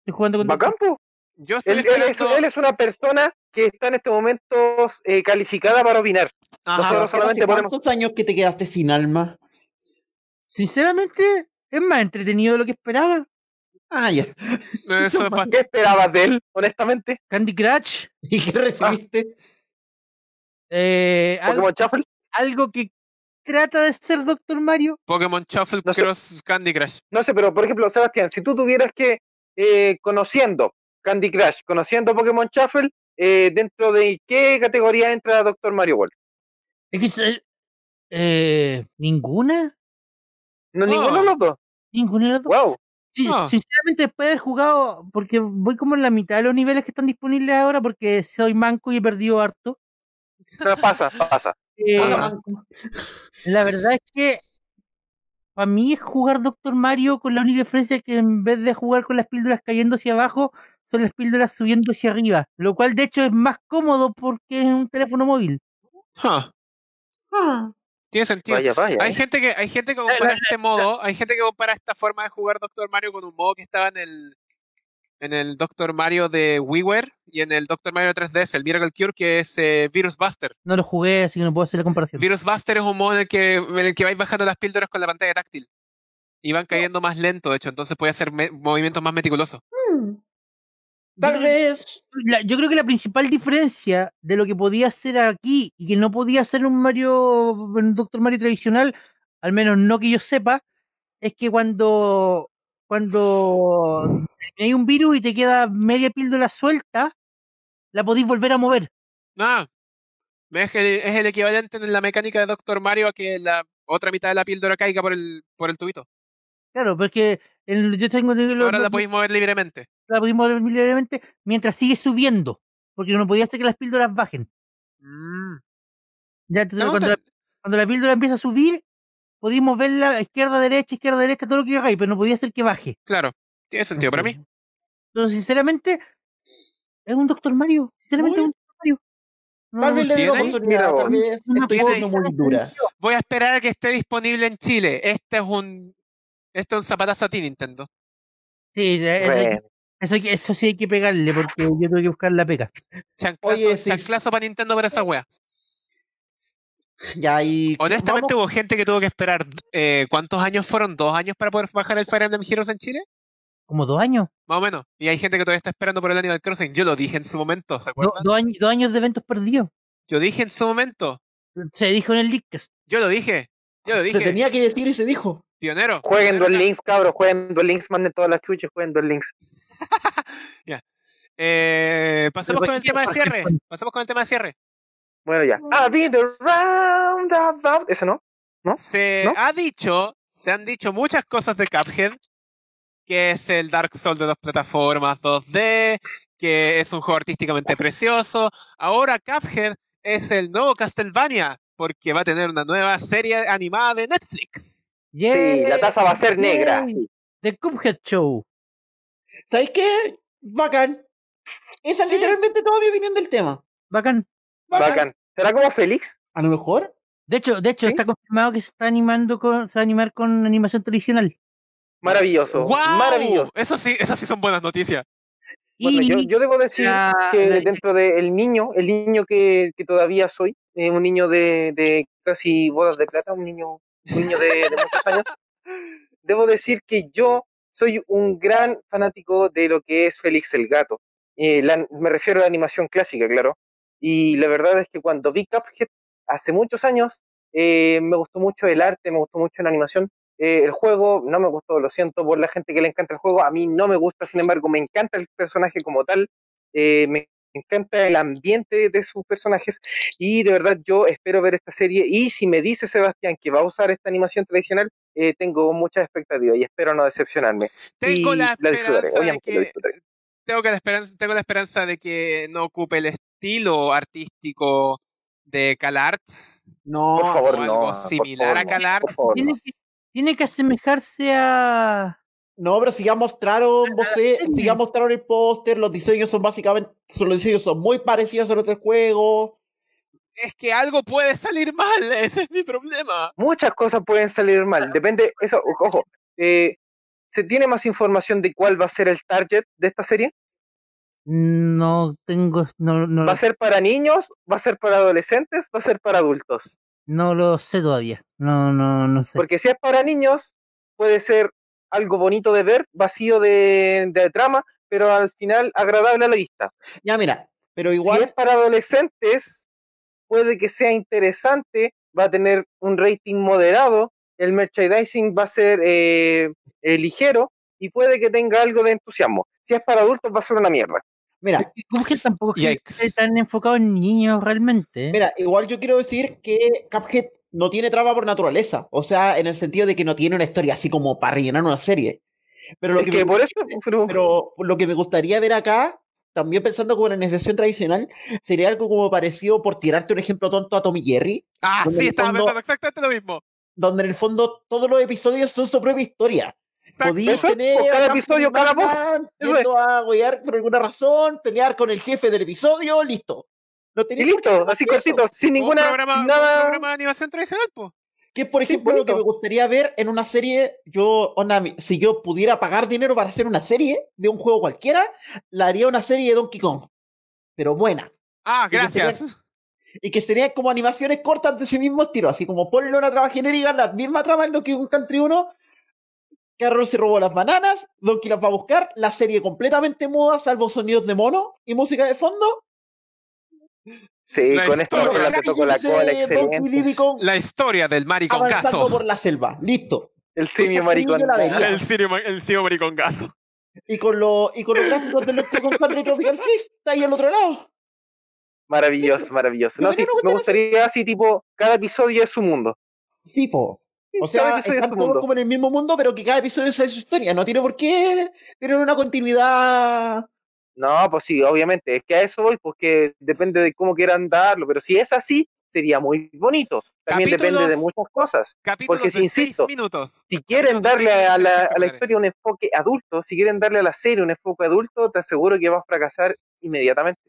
C: estoy jugando con Dra-
B: Bacán, po.
A: Yo estoy
B: Él, él es,
A: esperando-
B: él es una persona que está en este momento eh, calificada para opinar.
A: Ajá.
B: Nosotros
D: Sebastián,
B: solamente
D: ¿hace
B: podemos-
D: ¿Cuántos años que te quedaste sin alma?
C: Sinceramente, es más entretenido de lo que esperaba.
D: Ah, ya.
A: Eso es bast-
B: ¿Qué esperabas de él, honestamente?
C: Candy Crush,
D: ¿Y qué recibiste?
C: eh, algo,
B: Pokémon Shuffle.
C: algo que trata de ser Doctor Mario.
A: Pokémon Shuffle
B: No sé.
A: Cross Candy Crush.
B: No sé, pero por ejemplo, Sebastián, si tú tuvieras que, eh, conociendo Candy Crush, conociendo Pokémon Shuffle, eh, ¿dentro de qué categoría entra Doctor Mario World?
C: Es que, es, eh, eh, ¿Ninguna?
B: No,
A: Ah.
B: ninguno de los dos.
C: ¿Ninguna de las dos?
B: Wow.
C: Sí,
A: Ah.
C: Sinceramente, después de haber jugado, porque voy como en la mitad de los niveles que están disponibles ahora, porque soy manco y he perdido harto.
B: Pero pasa, pasa.
D: Ah,
C: eh,
D: Hola, manco.
C: la verdad es que para mí es jugar Doctor Mario con la única diferencia que en vez de jugar con las píldoras cayendo hacia abajo, son las píldoras subiendo hacia arriba. Lo cual de hecho es más cómodo porque es un teléfono móvil.
A: Huh. Tiene sentido.
B: Vaya, vaya.
A: Hay
B: eh.
A: gente que hay gente que compara este modo, hay gente que compara esta forma de jugar Doctor Mario con un modo que estaba en el en el Doctor Mario de WiiWare y en el Doctor Mario 3DS, el Miracle Cure que es eh, Virus Buster.
C: No lo jugué, así que no puedo hacer la comparación.
A: Virus Buster es un modo en el que en el que vais bajando las píldoras con la pantalla táctil y van cayendo más lento, de hecho, entonces puede hacer me- movimientos más meticulosos.
D: Tal vez.
C: La- yo creo que la principal diferencia de lo que podía hacer aquí y que no podía hacer un Mario, un Doctor Mario tradicional, al menos no que yo sepa, es que cuando cuando hay un virus y te queda media píldora suelta, la podéis volver a mover.
A: Ah, es, que es el equivalente en la mecánica de Doctor Mario a que la otra mitad de la píldora caiga por el por el tubito.
C: Claro, porque el- yo tengo lo-
A: Ahora la
C: lo-
A: podéis mover libremente.
C: la podéis mover libremente mientras sigue subiendo, porque no podía hacer que las píldoras bajen. Ya, entonces,
A: No,
C: cuando, la,
A: te-
C: cuando la píldora empieza a subir, podéis moverla a izquierda, derecha, izquierda, derecha, todo lo que queráis, pero no podía hacer que baje.
A: Claro, tiene sentido para mí.
C: Entonces, sinceramente, es un Doctor Mario. Sinceramente,
D: Bueno.
C: es un Doctor Mario. No,
D: Mm. Tal vez le dé la
A: ¿Tiene?
B: Mira
D: oportunidad, tal
B: vos.
D: vez
C: Una
D: estoy
A: pena.
D: siendo muy dura.
A: Voy a esperar a que esté disponible en Chile. Este es un este es un zapatazo a ti, Nintendo.
C: Sí, ya, eso, hay
B: Bueno,
C: que- eso, hay que- eso sí hay que pegarle, porque yo tengo que buscar la pega.
A: Chanclazo,
D: Oye, sí,
A: para Nintendo para esa wea.
D: Ya, y.
A: Honestamente, hubo gente que tuvo que esperar. eh, ¿Cuántos años fueron? ¿Dos años para poder bajar el Fire Emblem Heroes en Chile?
C: Como dos años.
A: Más o menos. Y hay gente que todavía está esperando por el Animal Crossing. Yo lo dije en su momento, ¿se
C: Do-
A: acuerdan?
C: dos, años dos años de eventos perdidos.
A: Yo dije en su momento.
C: Se dijo en el Leakcast.
A: Yo lo dije. Yo lo
D: vamos,
A: dije.
D: se tenía que decir y se dijo.
A: Pionero. Eh,
B: Jueguen
A: Pionero
B: Duel
A: acá.
B: Links, cabros, jueguen Duel Links, manden todas las chuches, jueguen Duel Links.
A: Eh, pasemos
C: Pero
A: con el
C: ¿qué
A: tema de
C: pasa?
A: cierre. Pasemos con el tema de cierre.
B: Bueno, ya. Ah, bien, the roundabout. Ese no.
A: Se
B: ¿No?
A: ha dicho, se han dicho muchas cosas de Cuphead, que es el Dark Souls de las plataformas 2D, que es un juego artísticamente precioso. Ahora Cuphead es el nuevo Castlevania, porque va a tener una nueva serie animada de Netflix.
B: Sí,
C: Yeah,
B: la taza va a ser negra.
D: Yay.
B: sí.
C: The Cuphead Show.
D: ¿Sabes qué? Bacán. Esa es literalmente toda mi opinión del tema.
C: Bacán.
B: Bacán. ¿Será como Félix?
D: A lo mejor.
C: De hecho, de hecho
B: ¿Sí?
C: está confirmado que se está animando con, se va a animar con animación tradicional.
B: Maravilloso.
A: ¡Guau!
B: Maravilloso.
A: Eso sí, esas sí son buenas noticias.
B: Bueno,
C: y
B: yo, yo debo decir
C: la-
B: que
C: la-
B: dentro del niño, el niño que, que todavía soy, eh, un niño de, de casi bodas de plata, un niño, un niño de, de muchos años, debo decir que yo soy un gran fanático de lo que es Félix el Gato. Eh, la- me refiero a la animación clásica, claro. Y la verdad es que cuando vi Cuphead hace muchos años, eh, me gustó mucho el arte, me gustó mucho la animación. Eh, el juego no me gustó, lo siento por la gente que le encanta el juego, a mí no me gusta, sin embargo, me encanta el personaje como tal, eh, me encanta el ambiente de sus personajes y de verdad yo espero ver esta serie y si me dice Sebastián que va a usar esta animación tradicional, eh, tengo muchas expectativas y espero no decepcionarme.
A: Tengo
B: y
A: la
B: disfrutaré,
A: esperanza de
B: obviamente la
A: que
B: disfrutaré.
A: tengo, que la esperanza, tengo la esperanza de que no ocupe el estilo artístico de CalArts
D: No.
B: Por favor,
A: o
B: no.
A: Oh, algo
B: por
A: similar
B: favor,
A: a
B: no,
A: CalArts.
B: Por favor, no.
C: tiene, que, tiene que asemejarse a.
D: No, pero si ya mostraron, voce-
C: serie.
D: si ya mostraron el póster, los diseños son básicamente, son- los diseños son muy parecidos a los del juego.
A: Es que algo puede salir mal, ese es mi problema.
B: Muchas cosas pueden salir mal, depende, eso, ojo, eh, ¿se tiene más información de cuál va a ser el target de esta serie?
C: No tengo. No, no,
B: ¿Va
C: lo-
B: a ser para niños? ¿Va a ser para adolescentes? ¿Va a ser para adultos?
C: no lo sé todavía. No, no, no sé.
B: Porque si es para niños, puede ser algo bonito de ver, vacío de, de trama, pero al final agradable a la vista.
D: Ya, mira, pero
B: Si es
D: igual,
B: para adolescentes, puede que sea interesante, va a tener un rating moderado, el merchandising va a ser eh, eh, ligero y puede que tenga algo de entusiasmo. Si es para adultos, va a ser una mierda.
D: mira,
C: Como que tampoco es que
A: Yikes.
C: esté tan enfocado en niños realmente. ¿eh?
D: mira, igual yo quiero decir que Cuphead no tiene trama por naturaleza. O sea, en el sentido de que no tiene una historia así como para rellenar una serie. Pero lo
B: Es
D: que,
B: que
D: me,
B: por eso, pero-
D: pero lo que me gustaría ver acá, también pensando como en la animación tradicional, sería algo como parecido, por tirarte un ejemplo tonto, a Tommy Jerry.
A: Ah,
D: Donde en
A: sí,
D: el
A: estaba
D: fondo-
A: pensando exactamente lo mismo.
D: donde en el fondo todos los episodios son su propia historia.
A: Exacto.
D: Podías
B: Eso es,
D: tener
B: pues, cada
D: a Captain
B: episodio, cada
D: Marvel
B: voz. Eso
D: yendo a wear por alguna razón, pelear con el jefe del episodio, listo. No
B: Y
D: tenía por qué
B: listo,
D: hacer
B: así
D: eso.
B: cortito, sin
A: Un
B: ninguna,
A: programa,
B: sin
A: un
B: nada.
A: programa de animación tradicional, po.
D: Que por
B: Sí,
D: ejemplo, lo que
B: bonito.
D: me gustaría ver en una serie, yo, Onami, si yo pudiera pagar dinero para hacer una serie de un juego cualquiera, la haría una serie de Donkey Kong, pero buena.
A: Ah,
D: Y que
A: gracias.
D: serían- Y que serían como animaciones cortas de su mismo estilo, así como ponle una trama genérica, la misma trama en lo que un Country 1, Carol se robó las bananas, Donkey las va a buscar, la serie completamente muda, salvo sonidos de mono y música de fondo.
B: Sí,
A: La
B: con esto
A: historia.
B: con la que tocó la
D: Gadgets
B: cola,
D: de Donkey
B: excelente.
D: Diddy Kong
A: La historia del
D: avanzando por
A: maricongazo.
D: la selva, listo.
B: El simio
D: Esa
B: maricón.
D: sí, yo la vería.
A: El sirio, ma- el sirio maricongazo.
D: Y con, lo, y con los gráficos de los que compadre Tropical Fish, está ahí al otro lado.
B: Maravilloso, maravilloso. No,
D: Deberían
B: sí, me
D: gustar
B: gustaría así, tipo, cada episodio es su mundo.
D: Sí, po. O
B: cada
D: sea,
B: episodio es
D: están
B: su
D: todos
B: mundo.
D: como en el mismo mundo, pero que cada episodio sea su historia. No tiene por qué tener una continuidad.
B: No, pues sí, obviamente, es que a eso voy, porque depende de cómo quieran darlo, pero si es así, sería muy bonito. También depende de
A: Capítulos.
B: muchas cosas.
A: Capítulos
B: Porque,
A: de
B: insisto,
A: 6 minutos.
B: Si quieren
A: Capítulos de
B: darle
A: seis
B: a la,
A: minutos,
B: a la
A: compadre.
B: historia un enfoque adulto, si quieren darle a la serie un enfoque adulto, te aseguro que va a fracasar inmediatamente.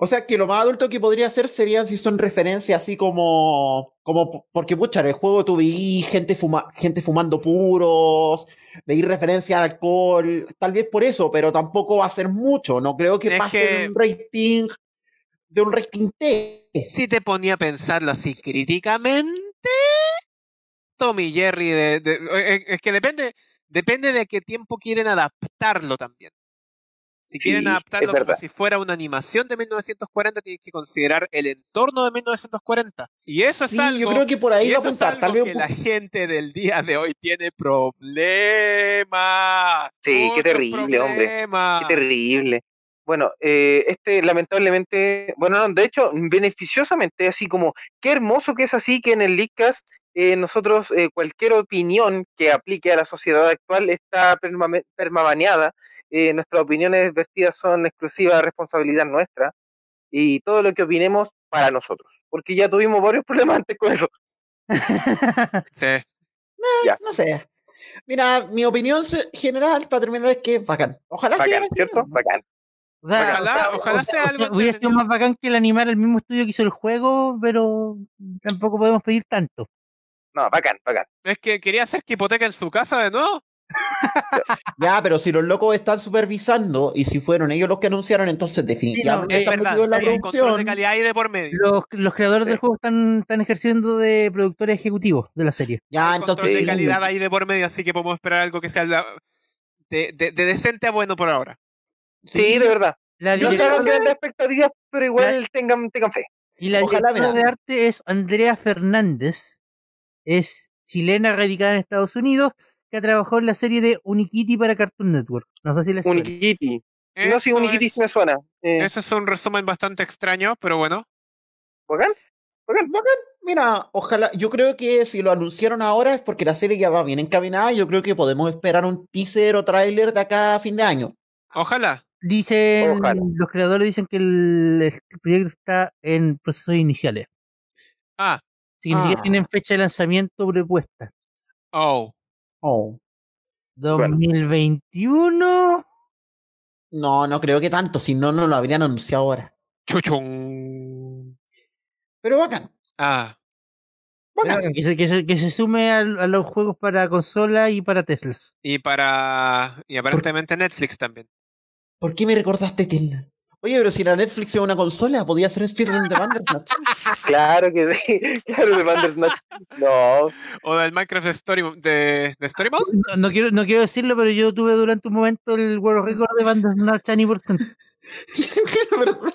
D: O sea, que lo más adulto que podría hacer serían si son referencias así como. como p- porque, pucha, en el juego tuve gente, fuma, gente fumando puros, veí referencia al alcohol, tal vez por eso, pero tampoco va a ser mucho. No creo que
A: Es
D: pase
A: que-
D: de un rating. de un rating T.
A: Si te ponía a pensarlo así críticamente, Tommy Jerry, de- de- eh, es que depende, depende de qué tiempo quieren adaptarlo también. Si quieren
B: Sí,
A: adaptarlo
B: es
A: como
B: verdad.
A: si fuera una animación de 1940, tienen que considerar el entorno de 1940. Y eso es
D: Sí,
A: algo,
D: yo creo que por ahí
A: y
D: va a
A: eso es
D: apuntar. Tal
A: algo
D: vez
A: que
D: un po-
A: la gente del día de hoy tiene problemas.
B: Sí, qué
A: muchos
B: terrible, hombre. Qué
A: problemas.
B: Qué terrible. Bueno, eh, este lamentablemente, bueno, no, de hecho, beneficiosamente, así como, qué hermoso que es así que en el Leadcast eh, nosotros, eh, cualquier opinión que aplique a la sociedad actual está permame- permabaneada. Eh, nuestras opiniones vertidas son exclusiva responsabilidad nuestra y todo lo que opinemos para nosotros, porque ya tuvimos varios problemas antes con eso.
A: Sí.
D: no sé. Mira, mi opinión se- general para terminar es que es bacán. Ojalá
B: Bacán,
D: sigan Ah, así,
B: ¿cierto?
D: ¿no?
B: Bacán.
C: O sea,
A: Ojalá, ojalá sea algo.
C: hubiera sido
A: entretenido.
C: más bacán que el animar el mismo estudio que hizo el juego, pero tampoco podemos pedir tanto.
B: No, bacán, bacán.
A: Es que quería hacer que hipoteca en su casa de nuevo.
D: Ya, pero si los locos están supervisando y si fueron ellos los que anunciaron, entonces definitivamente
C: no,
A: Es
D: están
A: verdad,
D: metidos en la
A: sí, hay control de
D: producción.
A: calidad y de por
E: Ah,
A: medio.
C: Los, los creadores
B: Sí.
C: del juego están, están ejerciendo de productores ejecutivos de la serie.
D: Ya,
A: Hay
D: entonces
A: control de
D: sí.
A: calidad ahí de por medio, así que podemos esperar algo que sea la- de, de- de decente a bueno por ahora.
B: Sí, de verdad.
C: La
D: Yo
B: No se
D: creo
B: hagan
C: directora,
D: que-
B: grandes expectativas, pero igual tengan, tengan fe.
C: y la
D: ojalá,
C: directora
D: mira.
C: de arte es Andrea Fernández. Es chilena radicada en Estados Unidos que ha trabajado en la serie de Unikitty para Cartoon Network. No sé si les suena.
B: Unikitty. No, sí,
A: Eso
B: Unikitty
A: es-
B: sí me suena. Eh,
A: Ese es un resumen bastante extraño, pero bueno.
B: ¿Bacán? ¿Bacán?
D: Mira, ojalá, yo creo que si lo anunciaron ahora es porque la serie ya va bien encaminada. y Yo creo que podemos esperar un teaser o tráiler de acá a fin de año.
A: Ojalá.
C: Dicen,
B: Ojalá.
C: los creadores dicen que el, el proyecto está en procesos iniciales.
A: Ah,
C: Así que ni siquiera
D: Ah.
C: tienen fecha de lanzamiento propuesta.
A: oh.
D: Oh.
B: Bueno.
C: 2021.
D: No, no creo que tanto, si no, no lo habrían anunciado ahora.
A: Chuchun.
D: Pero bacán.
A: Ah.
D: bacán.
C: Que se, que se- que se sume al- a, los juegos para consola y para Tesla.
A: Y para. Y aparentemente Netflix también.
D: ¿Por qué me recordaste Tilda? Oye, pero si la Netflix es una consola, podía ser Speedrun de Bandersnatch.
B: Claro que sí. Claro, de Bandersnatch. No.
A: O del Minecraft de Story, de, de Story Mode.
C: No, no quiero, no quiero decirlo, pero yo tuve durante un momento el World Record de Bandersnatch Anniversary.
D: De verdad.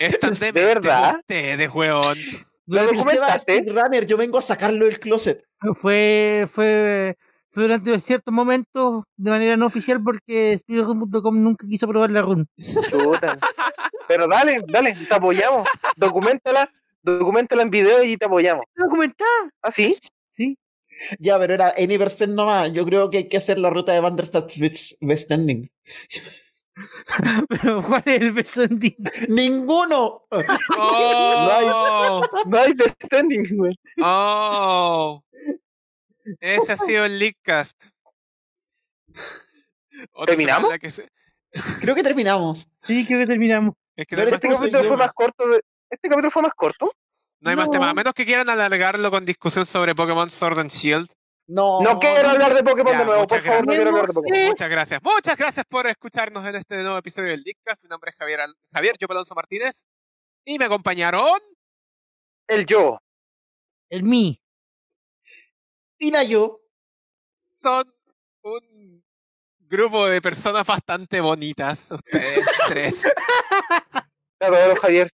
A: Es tan
B: ¿De verdad?
A: De weón.
B: ¿Lo
D: Pero Esteban,
B: documentaste?
D: Speedrunner, yo vengo a sacarlo del closet.
C: Fue, fue, fue durante ciertos momentos de manera no oficial porque Speedrun.com nunca quiso probar la run.
B: Chuta. Pero dale, dale, te apoyamos. Documentala, documentala en video y te apoyamos.
C: ¿Está documentada?
B: ¿Ah, sí?
D: Ya, pero era Any percent nomás. Yo creo que hay que hacer la ruta de Bandersnatch with- with Standing.
C: Pero ¿cuál es el beso en ti?
D: ¡Ninguno!
A: ¡Oh!
B: No hay descending, güey.
A: ¡Oh! Ese ha sido el Leakcast. Otra
B: ¿Terminamos?
A: semana que se-
D: Creo que terminamos.
C: Sí, creo que terminamos.
A: Es que no
B: Pero
A: hay,
B: este
A: más,
D: ¿cómo se
B: capítulo fue
D: llama?
B: más corto. de- Este capítulo fue más corto.
A: no hay más
C: no.
A: temas, a menos que quieran alargarlo con discusión sobre Pokémon Sword and Shield.
D: No.
B: No quiero hablar de Pokémon
A: Ya,
B: de nuevo, por
A: muchas
B: favor, no
A: gracias.
B: quiero hablar de Pokémon.
C: Eh.
A: Muchas gracias. Muchas gracias por escucharnos en este nuevo episodio del Leakcast. Mi nombre es Javier, Al- Javier Yo Alonso Martínez. Y me acompañaron.
B: El yo.
C: El mí.
D: Pina yo.
A: Son un grupo de personas bastante bonitas. Ustedes tres.
B: Te adoro, Javier.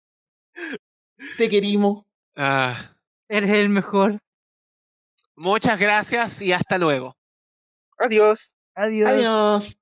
D: Te querimos.
A: Ah,
C: Eres el mejor.
A: muchas gracias y hasta luego.
B: Adiós.
C: Adiós.
D: Adiós.